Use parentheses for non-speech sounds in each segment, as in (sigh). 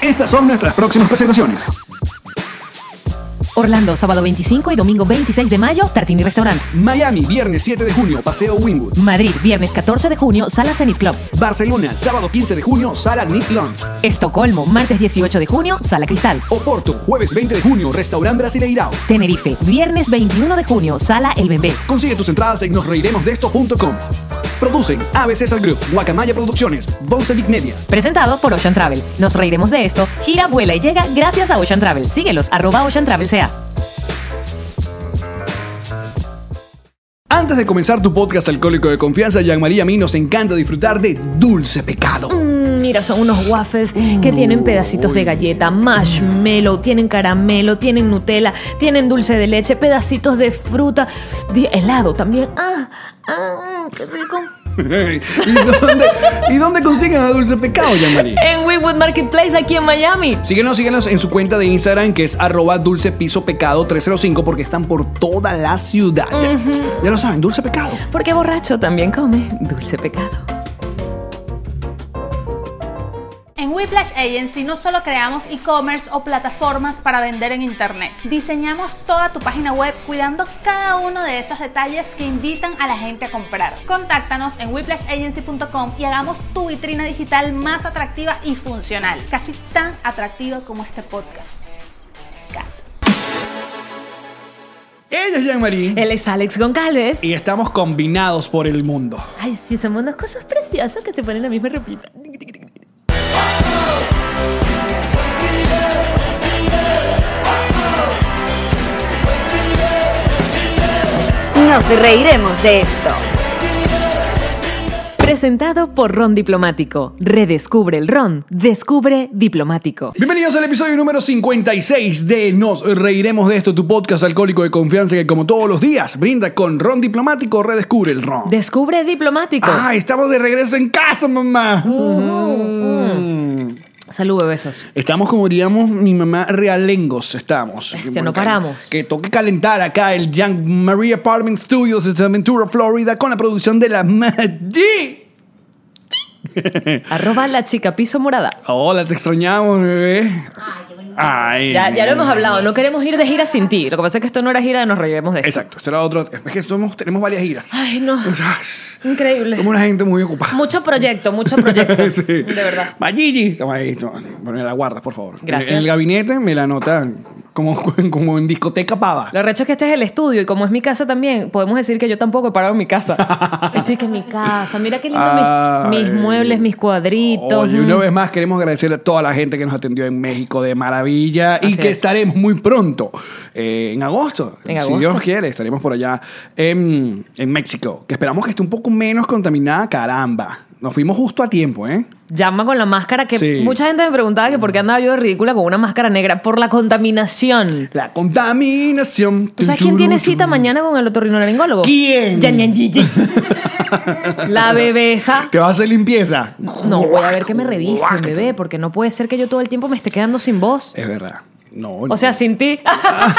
Estas son nuestras próximas presentaciones. Orlando, sábado 25 y domingo 26 de mayo, Tartini Restaurant. Miami, viernes 7 de junio, Paseo Winwood. Madrid, viernes 14 de junio, Sala Zenit Club. Barcelona, sábado 15 de junio, Sala Nick Lunch. Estocolmo, martes 18 de junio, Sala Cristal. Oporto, jueves 20 de junio, Restaurant Brasileirao. Tenerife, viernes 21 de junio, Sala El Bembé. Consigue tus entradas en nosreiremosdeesto.com. Producen ABC Sal Group, Guacamaya Producciones, Big Media. Presentado por Ocean Travel. Nos reiremos de esto. Gira, vuela y llega gracias a Ocean Travel. Síguelos, arroba Ocean Travel sea. Antes de comenzar tu podcast alcohólico de confianza, Jean María a mí nos encanta disfrutar de Dulce Pecado. (laughs) Mm, mira, son unos waffles que tienen pedacitos de galleta, marshmallow, tienen caramelo, tienen Nutella, tienen dulce de leche, pedacitos de fruta, de helado también. ¡Ah! ¡Ah! ¡Qué rico! ¿Y, dónde, ¿Y dónde consiguen a Dulce Pecado, Jean María? En Winwood Marketplace, aquí en Miami. Síguenos, síguenos en su cuenta de Instagram que es arroba dulce piso pecado 305 porque están por toda la ciudad. Ya lo saben, dulce pecado. Porque borracho también come dulce pecado. En Whiplash Agency no solo creamos e-commerce o plataformas para vender en Internet, diseñamos toda tu página web cuidando cada uno de esos detalles que invitan a la gente a comprar. Contáctanos en whiplashagency.com y hagamos tu vitrina digital más atractiva y funcional, casi tan atractiva como este podcast. Casi. Ella es Jean Marie Él es Alex Goncalves. y estamos combinados por el mundo. Ay, sí, son unas cosas preciosas que se ponen la misma ropita. Nos reiremos de esto. Presentado por Ron Diplomático. Redescubre el Ron. Descubre Diplomático. Bienvenidos al episodio número 56 de Nos Reiremos de esto, tu podcast alcohólico de confianza que como todos los días brinda con ron diplomático, redescubre el ron. Descubre Diplomático. ¡Ah, estamos de regreso en casa, mamá! Salud, (laughs) besos. Estamos como diríamos mi mamá realengos estamos. Este, no paramos. Que toque calentar acá el Young Marie Apartment Studios desde Ventura, Florida con la producción de la Maggi. Arroba la chica piso morada. Hola, te extrañamos, bebé. Ay, Ya, ya lo hemos hablado, no queremos ir de gira sin ti. Lo que pasa es que esto no era gira de nos reiremos de esto. Exacto, esto era otro. Es que somos, tenemos varias giras. Ay, no. O sea, Increíble. Somos una gente muy ocupada. Mucho proyecto, mucho (laughs) proyecto. Sí. De verdad. Maggi, estamos ahí. no, bueno, me la guardas, por favor. Gracias. En el gabinete me la anotan como, como en discoteca pava. Lo recho es que este es el estudio y como es mi casa también, podemos decir que yo tampoco he parado en mi casa. (laughs) Estoy que en mi casa, mira qué lindo mis, mis Ay. muebles, mis cuadritos. Oye, una mm. vez más queremos agradecer a toda la gente que nos atendió en México de maravilla y Así que es. estaremos muy pronto, eh, en agosto, En si agosto. Dios quiere, estaremos por allá en, en México, que esperamos que esté un poco menos contaminada, caramba. Nos fuimos justo a tiempo, ¿eh? Llama con la máscara que Sí. mucha gente me preguntaba que por qué andaba yo de ridícula con una máscara negra por la contaminación. La contaminación. ¿Tú sabes quién tiene cita mañana con el otorrinolaringólogo? ¿Quién? Yan, yan, yi, yi. (laughs) La bebesa. ¿Te vas a hacer limpieza? No, voy a ver que me revisen, bebé, porque no puede ser que yo todo el tiempo me esté quedando sin voz. Es verdad. No, O sea, sin ti. Ah.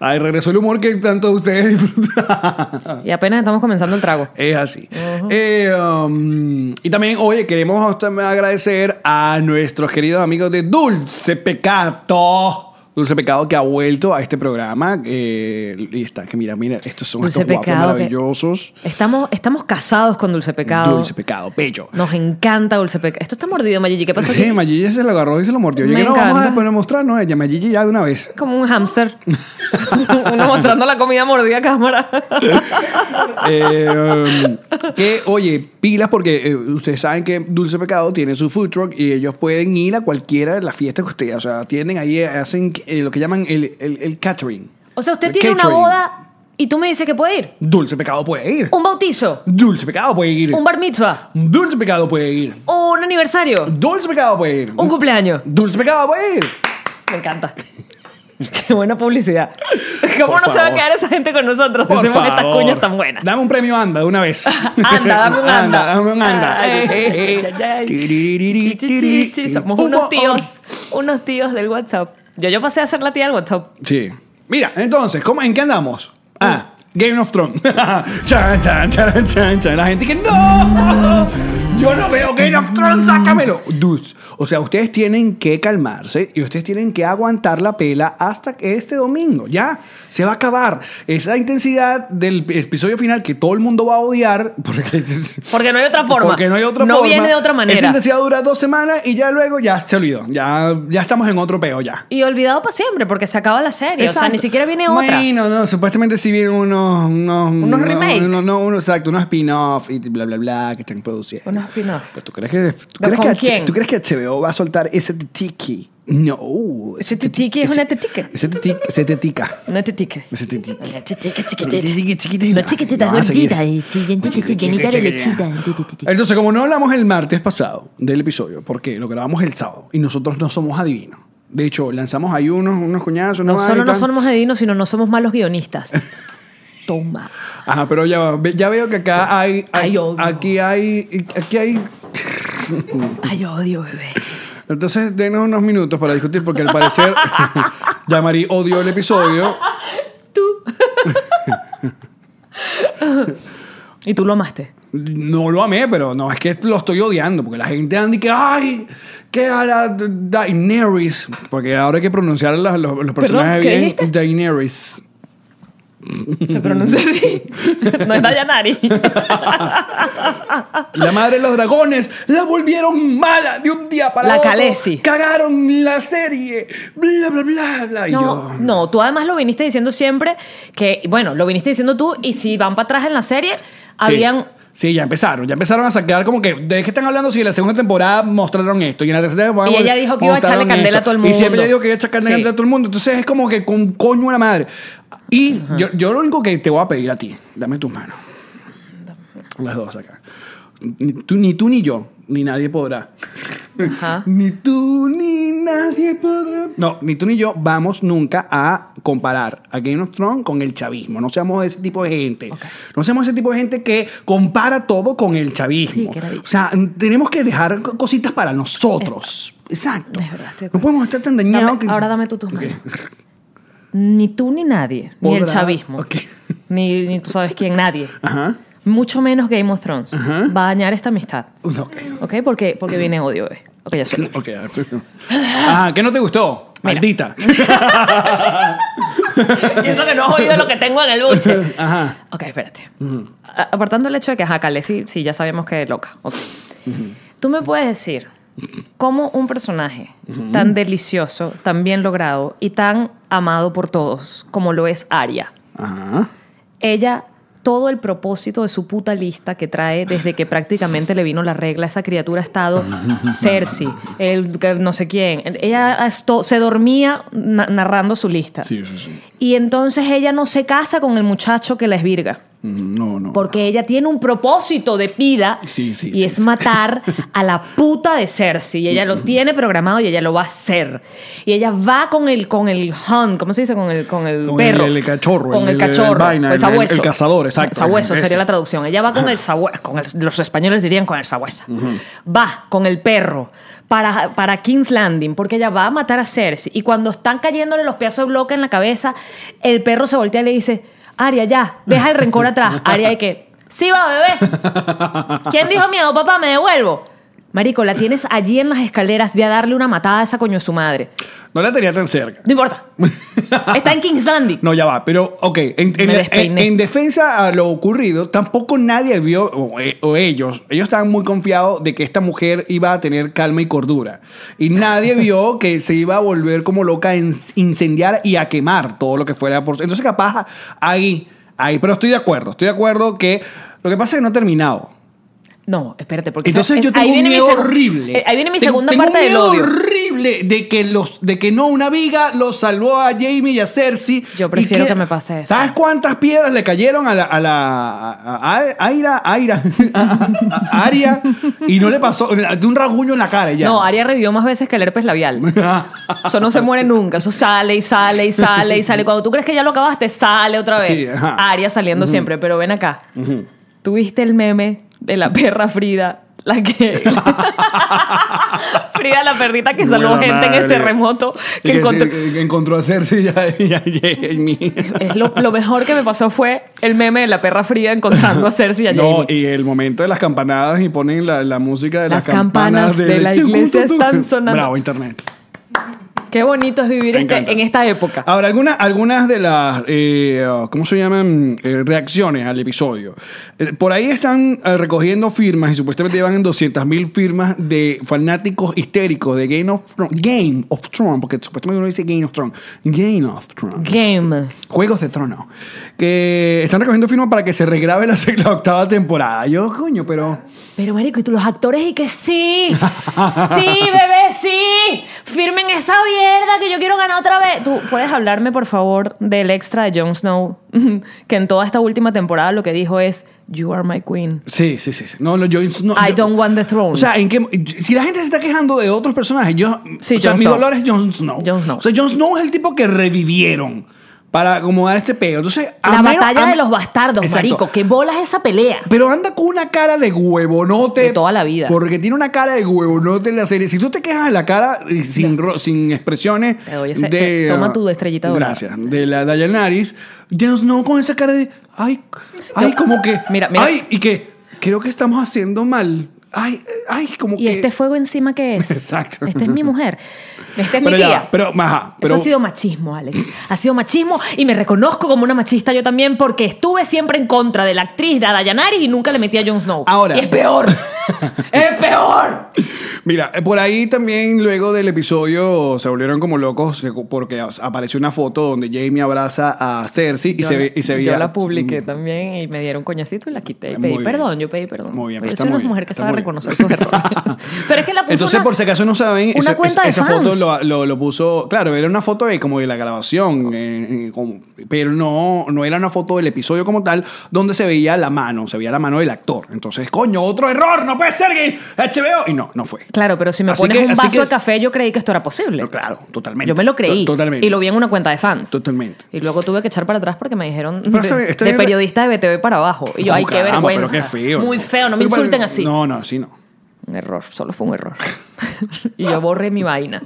Ay, regresó el humor que tanto ustedes disfrutan. (laughs) Y apenas estamos comenzando el trago. Es así. Eh, um, y también, oye, queremos también agradecer a nuestros queridos amigos de Dulce Pecado. Dulce Pecado que ha vuelto a este programa. eh, y está, que mira, mira, estos son Dulce estos guapos Pecado, que- maravillosos. Estamos, estamos casados con Dulce Pecado. Dulce Pecado, bello. Nos encanta Dulce Pecado. Esto está mordido, Mayigi. ¿Qué pasó? Sí, aquí? Mayilla se lo agarró y se lo mordió. Yo Me que no vamos a encanta. poner a mostrar, no, ella Mayilla ya de una vez. Como un hámster. (laughs) Uno mostrando la comida mordida a cámara. (laughs) Eh, um, que, oye, pilas, porque eh, ustedes saben que Dulce Pecado tiene su food truck y ellos pueden ir a cualquiera de las fiestas que ustedes, o sea, atienden ahí, hacen eh, lo que llaman el, el- el catering. O sea, usted El tiene una catering. boda y tú me dices que puede ir. Dulce Pecado puede ir. Un bautizo. Dulce Pecado puede ir. Un bar mitzvah. Dulce Pecado puede ir. Un aniversario. Dulce Pecado puede ir. Un cumpleaños. Dulce Pecado puede ir. Me encanta. (laughs) Qué buena publicidad. ¿Cómo Por no se va a favor. quedar esa gente con nosotros si Por hacemos estas favor. cuñas tan buenas? Dame un premio anda de una vez. (laughs) Anda, dame (laughs) un anda. dame un anda. Ay, Eh, ay, ay. Tiriri, Chi, chi, chi, chi. Somos Humo unos on. tíos. Unos tíos del WhatsApp. Yo, yo pasé a ser la tía del WhatsApp. Sí. Mira, entonces, ¿cómo, ¿en qué andamos? (laughs) Ah, Game of Thrones. Chan, chan, chan, chan, chan. La gente que no. (laughs) Yo no veo Game of Thrones, sácamelo. Dudes, o sea, ustedes tienen que calmarse y ustedes tienen que aguantar la pela hasta que este domingo. Ya, se va a acabar. Esa intensidad del episodio final que todo el mundo va a odiar, porque, (laughs) Porque no hay otra forma. porque no hay otra No forma. viene de otra manera. Esa intensidad dura dos semanas y ya luego ya se olvidó. Ya, ya estamos en otro peo ya. Y olvidado para siempre, porque se acaba la serie. O sea, Exacto. ni siquiera viene otra. Bueno, no, supuestamente sí vienen unos... Unos, Unos remake. unos- no, unos- exacto, unos spin-off y bla, bla, bla, que están produciendo. Unos spin-off. Pero ¿tú crees que, tú ¿Pero crees que, con H- quién? ¿tú crees que HBO va a soltar ese tiki? No. Ese tiki es ese- una tetica. Ese titi- ese tetica. Una tetica. Ese titi- Una tetica Titi- chiquitita. Una chiquitita No, van a seguir. gordita y chiquitita, llenita de lechita. Entonces, como no hablamos el martes pasado del episodio, porque lo grabamos el sábado y nosotros no somos adivinos. De hecho, lanzamos ahí unos, unos cuñazos. No una vaina solo y no tal. somos adivinos, sino no somos malos guionistas. (laughs) Toma. Ajá, pero ya, va, ve- ya veo que acá hay. hay- Hay odio. aquí hay. Aquí hay. Ay, odio, bebé. Entonces, denos unos minutos para discutir, porque al parecer. (laughs) ya Marí odió el episodio. Tú. (laughs) y tú lo amaste. No lo amé, pero no, es que lo estoy odiando, porque la gente anda y que. ¡Ay! Que a la D- Daenerys. Porque ahora hay que pronunciar los, los- los personajes ¿qué bien. dijiste? Daenerys. Se pronuncia así. (laughs) no es Dayanari. Ah. La madre de los dragones la volvieron mala de un día para La otro. Khaleesi. Cagaron la serie. Bla, bla, bla, bla. Y yo- No, no, tú además lo viniste diciendo siempre que, bueno, lo viniste diciendo tú y si van para atrás en la serie, Sí. habían... Sí, ya empezaron, ya empezaron a sacar como que de qué están hablando si en la segunda temporada mostraron esto y en la tercera temporada Y ella dijo que iba a mostraron echarle candela a todo el Y siempre mundo. ella dijo que iba a echar candela Sí. a todo el mundo, entonces es como que con coño a la madre. Y yo, yo lo único que te voy a pedir a ti, dame tus manos. Las dos acá. Ni tú ni, tú, ni yo, ni nadie podrá. Ajá. (laughs) Ni tú ni nadie podrá. No, ni tú ni yo vamos nunca a comparar a Game of Thrones con el chavismo. No seamos ese tipo de gente. No seamos ese tipo de gente que compara todo con el chavismo. Sí, qué maravilla. o sea, n- tenemos que dejar co- cositas para nosotros. Exacto. Es verdad, estoy de no acuerdo. podemos estar tan dañados Dame- que. Ahora dame tú tus Ok. manos. Ni tú ni nadie, ni el Podrá- chavismo, Ok. ni, ni tú sabes quién, nadie. Ajá. Mucho menos Game of Thrones. Va a dañar esta amistad. Ok. ¿Ok? Porque, porque viene odio, bebé. Ok, ya suena. Ok, a ver. Ajá, ¿qué no te gustó? Maldita. (laughs) (laughs) (laughs) Pienso que no has oído lo que tengo en el buche. Ajá. (laughs) Ok, espérate. A- Apartando el hecho de que, ajá, Kale, sí, sí, ya sabemos que es loca. Ok. Tú me puedes decir cómo un personaje tan delicioso, tan bien logrado y tan amado por todos como lo es Aria, Ajá. ella todo el propósito de su puta lista que trae desde que prácticamente le vino la regla esa criatura ha estado Cersei el que no sé quién ella esto- se dormía na- narrando su lista Sí, sí, sí. y entonces ella no se casa con el muchacho que la es virga Mm, No, no. porque ella tiene un propósito de vida Sí, sí, y sí, es sí. matar a la puta de Cersei. Y ella lo tiene programado y ella lo va a hacer. Y ella va con el, con el hunt, ¿cómo se dice? Con el, con el Con perro. el- el cachorro, Con el- el, el- el cachorro. vaina, el, el- sabueso. el cazador, exacto. Sabueso Ese. sería la traducción. Ella va (laughs) con el sabueso. Con el- los españoles dirían con el sabuesa. Va con el perro para, para King's Landing porque ella va a matar a Cersei. Y cuando están cayéndole los pedazos de bloque en la cabeza, el perro se voltea y le dice: Aria, ya, deja el rencor (laughs) atrás. Aria, hay que. Sí, va, bebé. ¿Quién dijo miedo, papá? Me devuelvo. Marico, la tienes allí en las escaleras. Voy a darle una matada a esa coño de su madre. No la tenía tan cerca. (laughs) No importa. Está en King's Landing. No, ya va, pero ok, en, en- Me en- despeiné. en defensa a lo ocurrido, tampoco nadie vio, o, e- o ellos, ellos estaban muy confiados de que esta mujer iba a tener calma y cordura. Y nadie vio que se iba a volver como loca a en- incendiar y a quemar todo lo que fuera. Por... Entonces capaz ahí, ahí, pero estoy de acuerdo, estoy de acuerdo que lo que pasa es que no ha terminado. No, espérate, porque Entonces esa- yo es- tengo un mi miedo segu- horrible. eh, Ahí viene mi Tengo- segunda tengo parte un del miedo odio. horrible de que los de que no una viga los salvó a Jamie y a Cersei. Yo y prefiero que me pase eso. ¿Sabes cuántas piedras le cayeron a la a la a- a- Aira Aira (laughs) a- a- a- Aria y no le pasó de un rasguño en la cara y ya? (laughs) No, Aria revivió más veces que el herpes labial. Eso no se muere nunca. Eso sale y sale y sale y sale. Cuando tú crees que ya lo acabaste, sale otra vez. Sí, ajá. Aria saliendo siempre. Pero ven acá. Tuviste el meme de la perra Frida (laughs) la que. Frida, la perrita que salvó Buena gente en el madre. terremoto. Y Que que encontró- sí, que encontró a Cersei y a, y a (laughs) Jaime. Es lo, lo mejor que me pasó fue el meme de la perra Frida encontrando a Cersei y a (laughs) No, Jaime. y el momento de las campanadas y ponen la, la música de las, Las campanas de (laughs) la iglesia están sonando. Bravo, internet. Qué bonito es vivir Me este- encanta. en esta época. Ahora, alguna- algunas de las, eh, ¿cómo se llaman? Eh, reacciones al episodio. Eh, por ahí están eh, recogiendo firmas y supuestamente llevan en 200.000 firmas de fanáticos histéricos de Game of Thrones. Game of Thrones, porque supuestamente uno dice Game of Thrones. Game of Thrones. Game. Juegos de Trono. Que están recogiendo firmas para que se regrabe la, (laughs) se- la octava temporada. Yo, coño, pero... Pero, marico, y tú los actores y que sí, sí, bebé, sí, firmen esa mierda que yo quiero ganar otra vez. Tú puedes hablarme, por favor, del extra de Jon Snow, (laughs) que en toda esta última temporada lo que dijo es, you are my queen. Sí, sí, sí. sí. No, no, yo, no, I yo- don't want the throne. O sea, en qué, si la gente se está quejando de otros personajes, yo, Sí, o sea, Jon mi Snow. dolor es Jon Snow. Jon Snow. O sea, Jon Snow es el tipo que revivieron para acomodar este peo. Entonces, a la menos- batalla a- de los bastardos, Exacto. marico, que bolas esa pelea. Pero anda con una cara de huevonote. De toda la vida. Porque tiene una cara de huevonote en la serie. Si tú te quejas de la cara y sin, ro- sin expresiones. Te doy ese- de- te- toma tu estrellita dorada. Gracias. De la Dayanaris. Jon Snow con esa cara de. Ay, ay, como que. Mira, mira. Ay, y que creo que estamos haciendo mal. Ay, ay, como ¿Y que. este fuego encima que (laughs) es? Exacto. Esta es mi mujer. Esta es pero mi ya, tía. pero, ajá, pero- Eso ha sido machismo, Alex. Ha sido machismo y me reconozco como una machista yo también porque estuve siempre en contra de la actriz Dada Yanari y nunca le metí a Jon Snow. Ahora. Y (laughs) es peor. es peor. Mira, eh, por ahí también luego del episodio se volvieron como locos eh, porque as- apareció una foto donde Jamie abraza a Cersei y se, ve- y se veía. Mm. Yo la publiqué también y me dieron coñacito y la quité. Y Muy pedí bien. perdón, yo pedí perdón. Muy bien, pero yo está soy una muy bien, mujer que está sabe muy bien. (laughs) reconocer sus errores. pero es que la puso Entonces, una- por si acaso no saben, una esa, cuenta de esa foto fans. lo, lo- lo puso. Claro, era una foto de, como de la grabación, eh, eh, como- pero no, no era una foto del episodio como tal, donde se veía la mano, se veía la mano del actor. Entonces, coño, otro error, no puede ser que HBO. Y no, no fue. Claro, pero si me Así pones que- un así vaso que- de café, yo creí que esto era posible. No, claro, totalmente. Yo me lo creí. To- Totalmente. Y lo vi en una cuenta de fans. Totalmente. Y luego tuve que echar para atrás porque me dijeron Pero de, está bien, está de bien. periodista de BTV para abajo. Y yo, ay, qué Caramba, vergüenza. ah, Pero qué feo. Muy feo, no me Pero para- insulten así. No, no, sí, no. Un error, solo fue un error. (laughs) y yo borré mi vaina.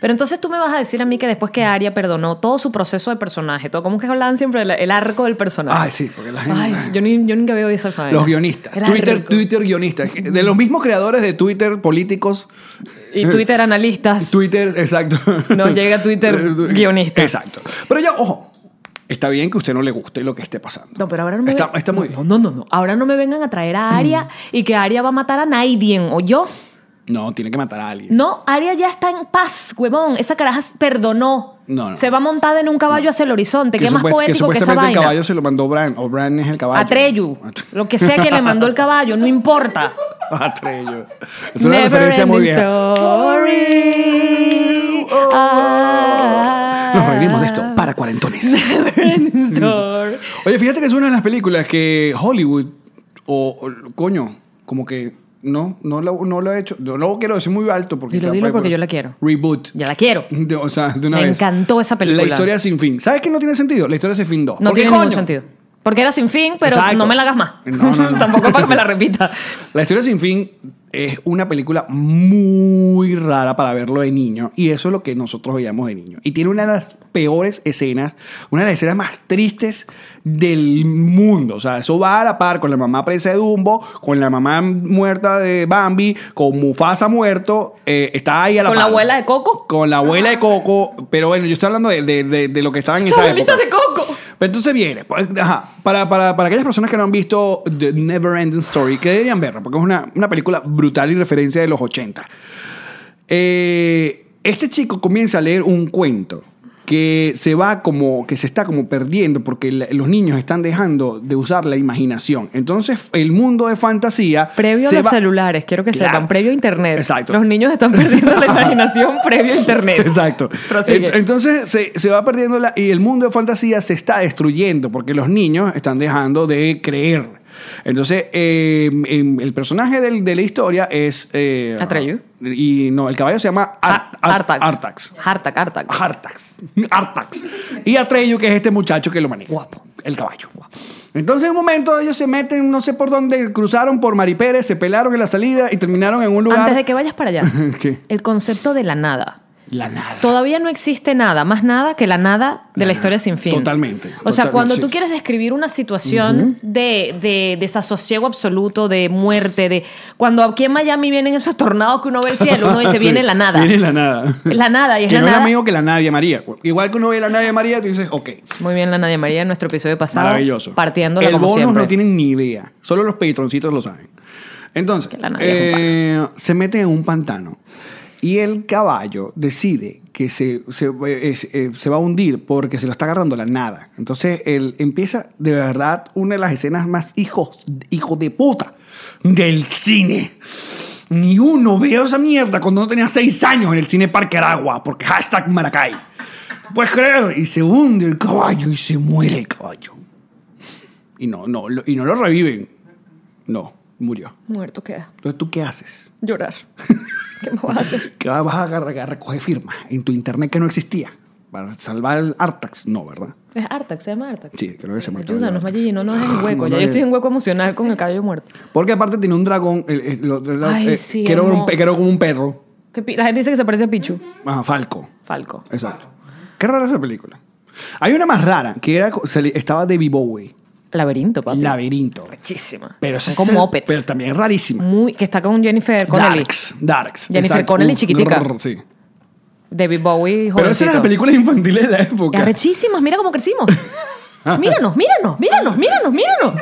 Pero entonces tú me vas a decir a mí que después que Aria perdonó todo su proceso de personaje, todo, como que hablaban siempre del el arco del personaje. Ay, sí, porque la gente. Ay, yo, ni- yo nunca veo esa vaina. los guionistas. El Twitter, arco. Twitter guionistas. De los mismos creadores de Twitter políticos. Y Twitter analistas. Twitter, exacto. No, (laughs) llega Twitter guionista. Exacto. Pero ya, ojo. Está bien que a usted no le guste lo que esté pasando. No, pero ahora no me Está, ven- está muy Mm. no, no, no, no. Ahora no me vengan a traer a Aria y que Aria va a matar a nadie, o yo. No, tiene que matar a alguien. No, Aria ya está en paz, huevón. Esa caraja perdonó. No, no. Se va montada en un caballo hacia el horizonte. Qué más supuest- poético que esa supuestamente el vaina. caballo se lo mandó Bran. O Bran es el caballo. A Treyu. (laughs) Lo que sea que le mandó el caballo, no importa. Atreyu. Es una Never referencia muy ending bien. story. Ah. Nos reiremos de esto (laughs) para cuarentones. Brainstorm. Oye, fíjate que es una de las películas que Hollywood, o, o- coño, como que no, no lo, no lo ha hecho. No lo quiero decir muy alto porque. Dilo, capaz- dilo porque yo la quiero. Reboot. Ya la quiero. (laughs) De- o sea, de una Me vez. encantó esa película. La historia sin fin. ¿Sabes qué no tiene sentido? La historia sin fin 2. No Porque, tiene ningún coño, sentido. Porque era sin fin, pero Exacto. no me la hagas más. No, (laughs) no, no. Tampoco para que me (laughs) la repita. La historia sin fin es una película muy rara para verlo de niño y eso es lo que nosotros veíamos de niño. Y tiene una de las peores escenas, una de las escenas más tristes del mundo. O sea, eso va a la par con la mamá presa de Dumbo, con la mamá muerta de Bambi, con Mufasa muerto, eh, está ahí a la Con la par. abuela de Coco. Ah. Con la abuela de Coco, pero bueno, yo estoy hablando de, de- de- de lo que estaba en La esa abuelita época. de Coco. Pero entonces viene, pues, ajá, para, para, para aquellas personas que no han visto The Never Ending Story, que deberían verla, porque es una, una película brutal y referencia de los 80. Eh, este chico comienza a leer un cuento que se va como, que se está como perdiendo porque la- los niños están dejando de usar la imaginación. Entonces, el mundo de fantasía... Previo a se los va- celulares, quiero que Claro. sepan, previo a internet. Exacto. Los niños están perdiendo (laughs) la imaginación previo a internet. Exacto. Prosigue. Ent- Entonces se, se va perdiendo la- y el mundo de fantasía se está destruyendo porque los niños están dejando de creer. Entonces, eh, em, el personaje del- de la historia es... eh, Atreyu. Y no, el caballo se llama Ar- Ar- Ah, Artax. Artax. Hartak, Hartak. Artax. Artax. Y Atreyu, que es este muchacho que lo maneja. Guapo. El caballo. Entonces, en un momento, ellos se meten, no sé por dónde, cruzaron por Mari Pérez, se pelaron en la salida y terminaron en un lugar. Antes de que vayas para allá, (laughs) ¿Qué? el concepto de la nada. La nada. Todavía no existe nada, más nada que la nada de la historia sin fin. Totalmente. O sea, Total- cuando sí. tú quieres describir una situación de, de desasosiego absoluto, de muerte, de cuando aquí en Miami vienen esos tornados que uno (laughs) ve el cielo, uno dice, Sí. viene la nada. Viene la nada. La nada, y es que la no es nada. lo mismo que la Nadia María. Igual que uno ve la Nadia María, tú dices, ok. Muy bien, la Nadia María en nuestro episodio pasado. Maravilloso. Partiendo El como bonus siempre. no tienen ni idea. Solo los patroncitos lo saben. Entonces, la Nadia es un eh, se mete en un pantano y el caballo decide que se, se, eh, es- eh, se va a hundir porque se lo está agarrando la nada. Entonces, él empieza de verdad una de las escenas más hijos, hijo de puta del cine. Ni uno veo esa mierda cuando no tenía seis años en el cine Parque Aragua, porque hashtag Maracay. Puedes creer, y se hunde el caballo y se muere el caballo. Y no, no, lo- y no lo reviven. No, murió. Muerto queda. Entonces, ¿tú qué haces? (laughs) Llorar. ¿Qué me vas a hacer? ¿Qué vas a agarrar- a recoger firmas en tu internet que no existía? ¿Para salvar el Artax? No, ¿verdad? Es Artax, se llama Artax. Sí, creo que se me acaba de Ayúdanos, Artax. Maggi, no nos dejes Ah, hueco. no, ya no, yo eh. estoy en hueco emocional con el cabello muerto. Porque aparte tiene un dragón, el- el- lo- lo- Ay, eh, sí, que, era un, hermoso. pe- que era como un perro. Que pi- La gente dice que se parece a Pichu. Ajá, Falco. Falco. Exacto. Qué rara esa película. Hay una más rara, que era, co- se le- estaba David Bowie, Laberinto, papi. Laberinto. Muchísima. Pero esa Son es como Opets. Pero también es rarísima. Muy, que está Mm, con Jennifer Connelly. Darks. Darks. Jennifer exacto. Connelly Uh, chiquitica. rrr, Sí. David Bowie, jovencito. Pero esas eran las películas infantiles de la época. Arrechísimas, mira cómo crecimos. (laughs) Míranos, míranos, míranos, míranos, míranos.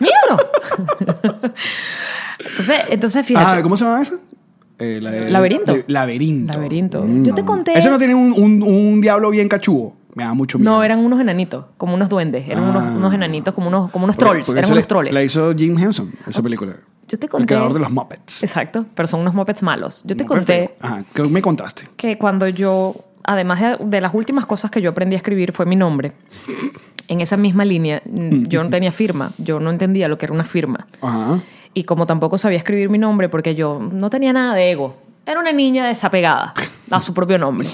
Míranos. entonces, entonces, fíjate. Ah, ¿Cómo se llama eso? Eh, la de- Laberinto. de- laberinto. Laberinto. Mm. Yo te conté- Eso no tiene un, un- un diablo bien cachudo. Me da mucho miedo. no, eran unos enanitos, como unos duendes. Eran Ah. unos, unos enanitos, como unos, como unos Porque- trolls. porque eran eso unos la- troles. La hizo Jim Henson, esa película. Yo te El conté. creador de los Muppets. Exacto, pero son unos mopeds malos. Yo te Muppet conté feo. Ajá, ¿qué me contaste? que cuando yo, además de, de las últimas cosas que yo aprendí a escribir fue mi nombre. En esa misma línea, mm, yo no tenía firma, yo no entendía lo que era una firma. Ajá. Y como tampoco sabía escribir mi nombre, porque yo no tenía nada de ego, era una niña desapegada a su propio nombre.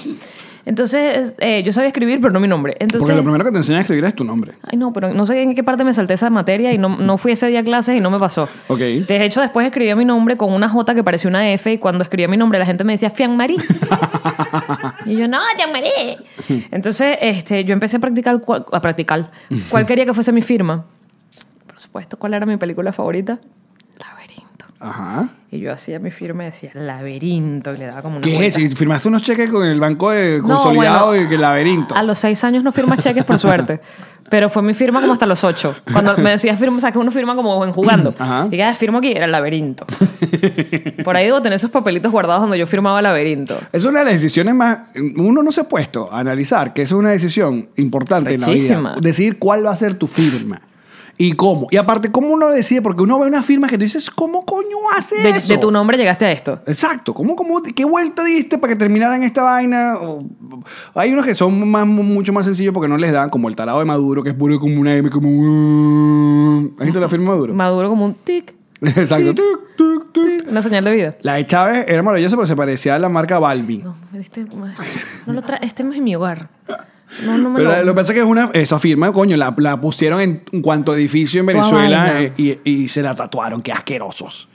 Entonces, eh, yo sabía escribir, pero no mi nombre. Porque Entonces, lo primero que te enseñan a escribir es tu nombre. Ay, no, pero no sé en qué parte me salté esa materia y no, no fui ese día a clases y no me pasó. Ok. De hecho, después escribía mi nombre con una J que parecía una F y cuando escribía mi nombre la gente me decía (laughs) Fianmarí. y yo, no, Fianmarí. Entonces, este, yo empecé a practicar, cuál- a practicar cuál quería que fuese mi firma. Por supuesto, ¿cuál era mi película favorita? Laberinto. Ajá. Y yo hacía mi firma y decía Laberinto y le daba como una ¿Qué es? vuelta. Si firmaste unos cheques con el banco de No, consolidado bueno, y que laberinto. A los seis años no firma cheques, (laughs) por suerte. Pero fue mi firma como hasta los ocho. Cuando me decías firma, o sea, que uno firma como en jugando. Ajá. Y cada firmo aquí era (laughs) el laberinto. Por ahí debo tener esos papelitos guardados donde yo firmaba laberinto. Es una de las decisiones más. Uno no se ha puesto a analizar que eso es una decisión importante en la Rechísima. vida. Decidir cuál va a ser tu firma y cómo. Y aparte, ¿cómo uno decide? Porque uno ve una firma que tú dices, ¿cómo coño hace De, eso? de tu nombre llegaste a esto. Exacto, ¿Cómo, cómo, ¿qué vuelta diste para que terminaran esta vaina? O- hay unos que son más, mucho más sencillos porque no les dan, como el tarado de Maduro, que es puro como una M, como... ¿Has visto la firma de Maduro? Maduro como un tic, (laughs) Exacto. Tic. Tuc, tuc, tuc. tic, una señal de vida. La de Chávez era maravillosa, pero se parecía a la marca Balvin. No, me diste- no lo tra- este no es mi hogar. No, no me Pero lo... lo que pasa es que es una, esa firma, coño, la, la pusieron en cuanto edificio en Toda Venezuela vaina. eh, y, y se la tatuaron, qué asquerosos.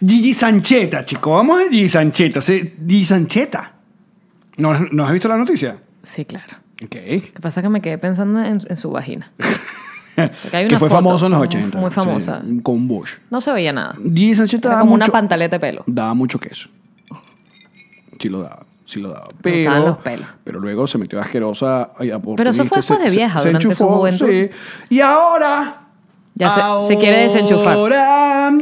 Gigi Sancheta, chico, vamos a Gigi Sancheta. se- Gigi Sancheta. ¿No, no has visto la noticia? Sí, claro. Ok. Lo que pasa es que me quedé pensando en, en (laughs) su vagina. Porque hay que una fue foto famoso en los 80. Muy sí, famosa. con Bush. No se veía nada. Gigi Sancheta Era daba como mucho, una pantaleta de pelo. daba mucho queso. Sí lo daba. Sí lo daba. Me Pero, gustaban los pelos. pero luego se metió asquerosa. ay, Pero eso oportunista, fue después se- de se- vieja, se durante su enchufó, juventud. sí. Y ahora... Ya se, se quiere desenchufar. Ahora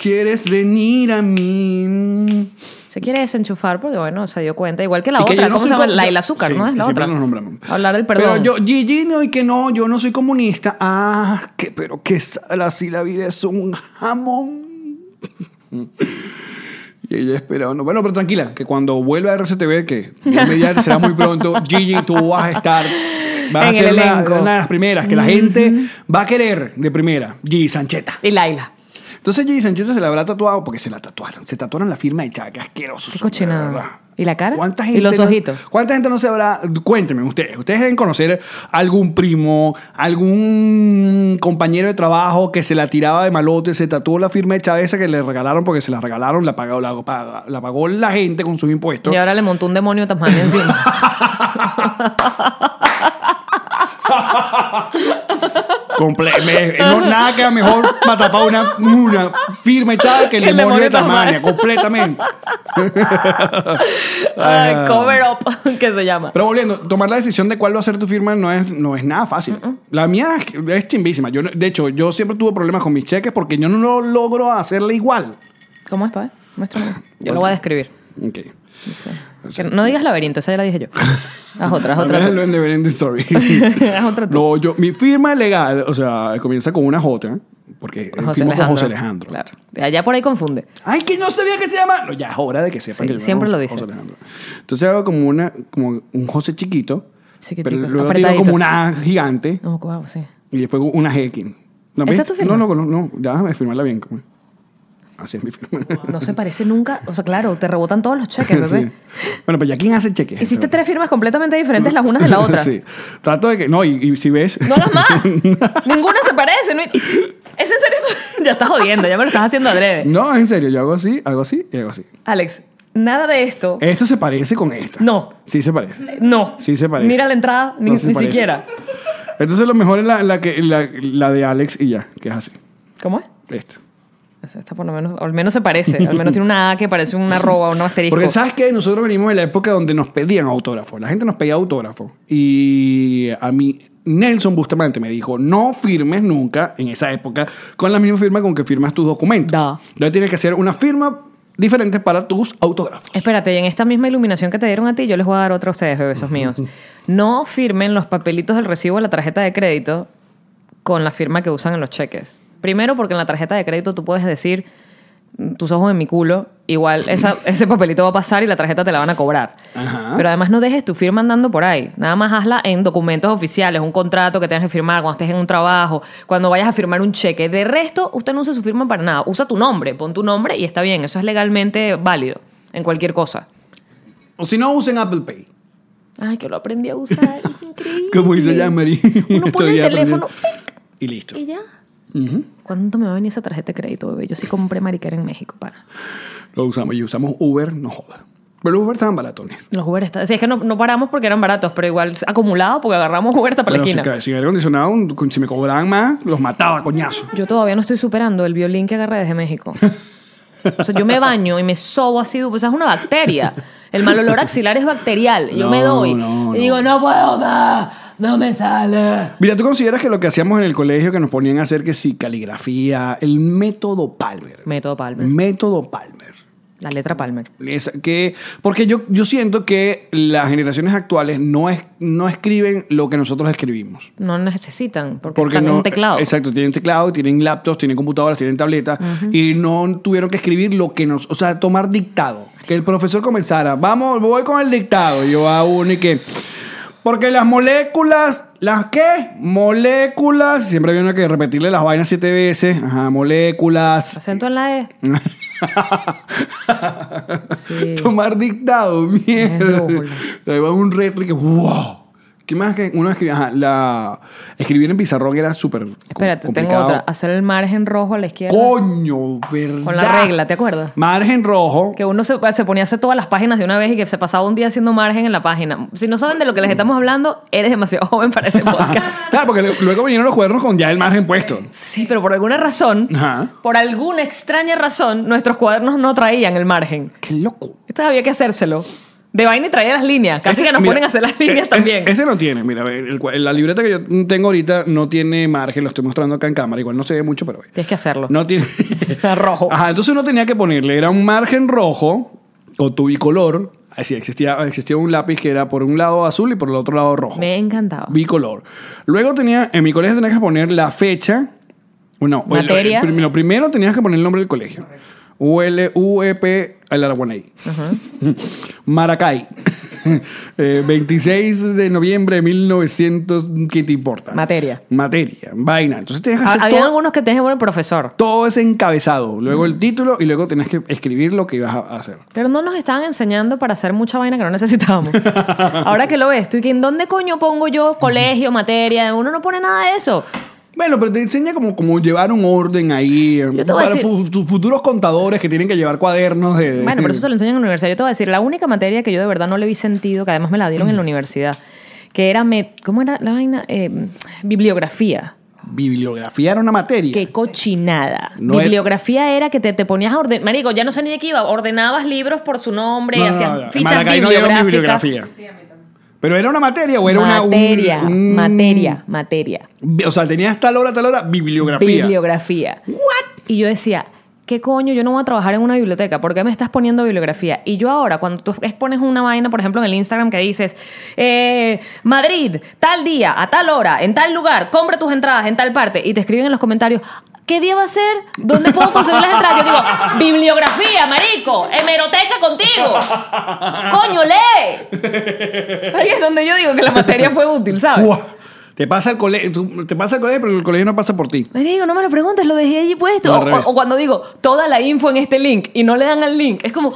quieres venir a mí. Se quiere desenchufar porque, bueno, se dio cuenta. Igual que la Y que yo otra, no ¿cómo soy se llama? com- La yo- del azúcar, Sí, ¿no? Es que la siempre otra. nos nombramos. Hablar del perdón. Pero yo, Gigi, no, y que no, yo no soy comunista. Ah, que, pero que sala, si la vida es un jamón. (laughs) Y ella esperando. Bueno, pero (laughs) tranquila, que cuando vuelva a RCTV, que ya será muy pronto, Gigi, tú vas a estar Vas a En el ser una, elenco. una de las primeras que la gente va a querer de primera. G. Sancheta. Y Laila. Entonces G. Sancheta se la habrá tatuado porque se la tatuaron. Se tatuaron la firma de Chávez. Qué asqueroso. Qué son, de cochinada. verdad. ¿Y la cara? ¿Cuánta ¿Y gente los no- ojitos? ¿Cuánta gente no se habrá.? Cuéntenme ustedes. Ustedes deben conocer algún primo, algún compañero de trabajo que se la tiraba de malote, se tatuó la firma de Chávez esa que le regalaron porque se la regalaron, la pagó la, paga- la pagó la gente con sus impuestos. Y ahora le montó un (laughs) demonio Tasmania encima. Comple- me- eh, no, nada queda mejor para tapar una, una firma echada que el Que el demonio de demonio Tasmania, Tasmania. completamente. Ay, (laughs) cover up, que se llama. Ah. Pero volviendo, tomar la decisión de cuál va a ser tu firma no es, no es nada fácil. La mía es, es chimbísima. Yo, no- de hecho, yo siempre tuve problemas con mis cheques porque yo no lo logro hacerla igual. ¿Cómo es, pa? ver? Muéstrame. Ah, Yo lo voy a describir. Ok. Dice, que no digas laberinto, esa ya la dije (laughs) yo. Haz otra, haz otra. Al menos tú. lo en Never Ending (laughs) Story. Haz otra tú. No, yo, mi firma legal, o sea, comienza con una J, porque firmo con José Alejandro. Claro. Allá por ahí confunde. Ay, que no sabía que se llama. No, ya es hora de que sepan Sí, que se llama siempre lo José- dicen. José Alejandro. Entonces hago como una, como un José chiquito, Chiquitico, pero luego digo apretadito. como una A gigante No, guau, sí. y después una G. aquí. ¿No ¿Esa ves? es tu firma? No, no, no, no, ya déjame firmarla bien. como- Así es mi firma. No se parece nunca. O sea, claro, te rebotan todos los cheques, (laughs) Sí. bebé. Bueno, pues ya quién hace cheques. Hiciste tres firmas completamente diferentes (laughs) las unas de la otra. sí. Trato de que no y, y si ves. No las más. Ninguna se parece. no hay- ¿Es en serio? (laughs) ya estás jodiendo, ya me lo estás haciendo adrede. (laughs) No, en serio, yo hago así, hago así y hago así. Alex, nada de esto. Esto se parece con esta. No. Sí se parece. No. Eh. Sí se parece. Mira la entrada, ni, No se ni parece. siquiera. Entonces lo mejor es la, la que, la, la de Alex y ya, que es así. ¿Cómo es? Esto. O sea, Esta por lo menos, al menos se parece. Al menos tiene una A que parece una arroba o un asterisco. Porque sabes que nosotros venimos de la época donde nos pedían autógrafo. La gente nos pedía autógrafo. Y a mí, Nelson Bustamante me dijo: no firmes nunca en esa época con la misma firma con que firmas tus documentos. Da. Entonces tienes que hacer una firma diferente para tus autógrafos. Espérate, y en esta misma iluminación que te dieron a ti, yo les voy a dar otra a ustedes, (laughs) bebesos míos. No firmen los papelitos del recibo de la tarjeta de crédito con la firma que usan en los cheques. Primero, porque en la tarjeta de crédito tú puedes decir mm, tus ojos en mi culo, (laughs) igual esa- ese papelito va a pasar y la tarjeta te la van a cobrar. Ajá. Pero además no dejes tu firma andando por ahí. Nada más hazla en documentos oficiales, un contrato que tengas que firmar cuando estés en un trabajo, cuando vayas a firmar un cheque. De resto, usted no usa su firma para nada. Usa tu nombre, pon tu nombre y está bien. Eso es legalmente válido en cualquier cosa. O si no, usen Apple Pay. Ay, que lo aprendí a usar. (laughs) es increíble. Como hizo Jean-Marie. (laughs) Uno Estoy pone el aprendiendo. teléfono Y listo. y ya. ¿Cuánto me va a venir esa tarjeta de crédito, bebé? Yo sí compré mariquera en México, para. Lo usamos. Y usamos Uber, no joda. Pero los Uber estaban baratones. Los Uber está... Sí, es que no, no paramos porque eran baratos, pero igual acumulado porque agarramos Uber hasta para Bueno, la si, esquina. ca- si aire acondicionado, un- si me cobraban más, los mataba, coñazo. Yo todavía no estoy superando el violín que agarré desde (laughs) México. O sea, yo me baño y me sobo así, pues es una bacteria. El mal olor axilar es bacterial. Yo me No, doy. no, y no. digo, no puedo más, no me sale. Mira, ¿tú consideras que lo que hacíamos en el colegio, que nos ponían a hacer que sí, caligrafía, el método Palmer? Método Palmer. Mm. Método Palmer. La letra Palmer. Esa- que, porque yo, yo siento que las generaciones actuales no, es, no escriben lo que nosotros escribimos. No necesitan, porque, están en un teclado. Exacto, tienen teclado, tienen laptops, tienen computadoras, tienen tabletas y no tuvieron que escribir lo que nos, o sea, tomar dictado. Que el profesor comenzara, vamos, voy con el dictado. Yo a uno y que porque las moléculas, las qué? Moléculas, siempre había uno que repetirle las vainas siete veces. Ajá, moléculas. Acento (laughs) en la E. (laughs) Sí. Tomar dictado, mierda. Mierda. Ahí va un retro y que, wow. ¿Qué más que uno escribía? Ajá, la... Escribir en pizarrón era súper. com- Espérate, tengo complicado. otra. Hacer el margen rojo a la izquierda. Coño, ¿verdad? Con la regla, ¿te acuerdas? Margen rojo. Que uno se, se ponía a hacer todas las páginas de una vez y que se pasaba un día haciendo margen en la página. Si no saben de lo que les estamos hablando, eres demasiado (laughs) joven para este (laughs) podcast. Claro, porque le- luego vinieron los cuadernos con ya el margen puesto. Sí, pero por alguna razón, Ajá. por alguna extraña razón, nuestros cuadernos no traían el margen. Qué loco. Esto había que hacérselo. De vaina y traía las líneas. Casi Ese- que nos mira, ponen a hacer las líneas eh, también. Este, no tiene, mira, el cua- la libreta que yo tengo ahorita no tiene margen, lo estoy mostrando acá en cámara, igual no se ve mucho, pero bueno. Tienes que hacerlo. no (laughs) tiene... Está rojo. Ajá, entonces uno tenía que ponerle, era un margen rojo o tubicolor, así existía, existía un lápiz que era por un lado azul y por el otro lado rojo. Me encantaba. bicolor. Luego tenía, en mi colegio tenías que poner la fecha. No, o el- Materia. el- lo primero tenías que poner el nombre del colegio. E UL, UEP, el Araguaney. Maracay. (laughs) Eh, 26 de noviembre de 1900, ¿qué te importa? Materia. Materia, vaina. Entonces tienes que hacer Ah, Había todo- algunos que tenían que poner profesor. todo ese encabezado, luego Mm. el título y luego tenías que escribir lo que ibas a hacer. Pero no nos estaban enseñando para hacer mucha vaina que no necesitábamos. (laughs) Ahora que lo ves, tú y que en dónde coño pongo yo colegio, materia, uno no pone nada de eso. Bueno, pero te enseña como, como llevar un orden ahí. eh, voy a para decir- fu- tus futuros contadores que tienen que llevar cuadernos de. este, de- Bueno, pero eso te lo enseñan en la universidad. Yo te voy a decir, la única materia que yo de verdad no le vi sentido, que además me la dieron Mm. en la universidad, que era, me- ¿cómo era la vaina? Eh, bibliografía. Bibliografía era una materia. Qué cochinada. No es- Bibliografía era que te, te ponías a ordenar. Marico, ya no sé ni de qué iba. Ordenabas libros por su nombre, No, no, hacías no, no. En fichas Maracay no dieron bibliográficas. bibliografía. Pero era una materia o era una. un- materia, un- materia, materia. O sea, tenías tal hora, tal hora, bibliografía. Bibliografía. Y yo decía, ¿qué coño? Yo no voy a trabajar en una biblioteca. ¿Por qué me estás poniendo bibliografía? Y yo ahora, cuando tú expones una vaina, por ejemplo, en el Instagram que dices, eh, Madrid, tal día, a tal hora, en tal lugar, compra tus entradas en tal parte, y te escriben en los comentarios, ¿qué día va a ser? ¿Dónde puedo conseguir las entradas? Yo digo, bibliografía, marico, hemeroteca contigo. Coño, lee. Ahí es donde yo digo que la materia fue útil, ¿sabes? Uah. Te pasa el colegio, te pasa el colegio, pero el colegio no pasa por ti. Marico, no me lo preguntes, lo dejé allí puesto. No, al o, revés. o cuando digo toda la info en este link y no le dan al link, es como.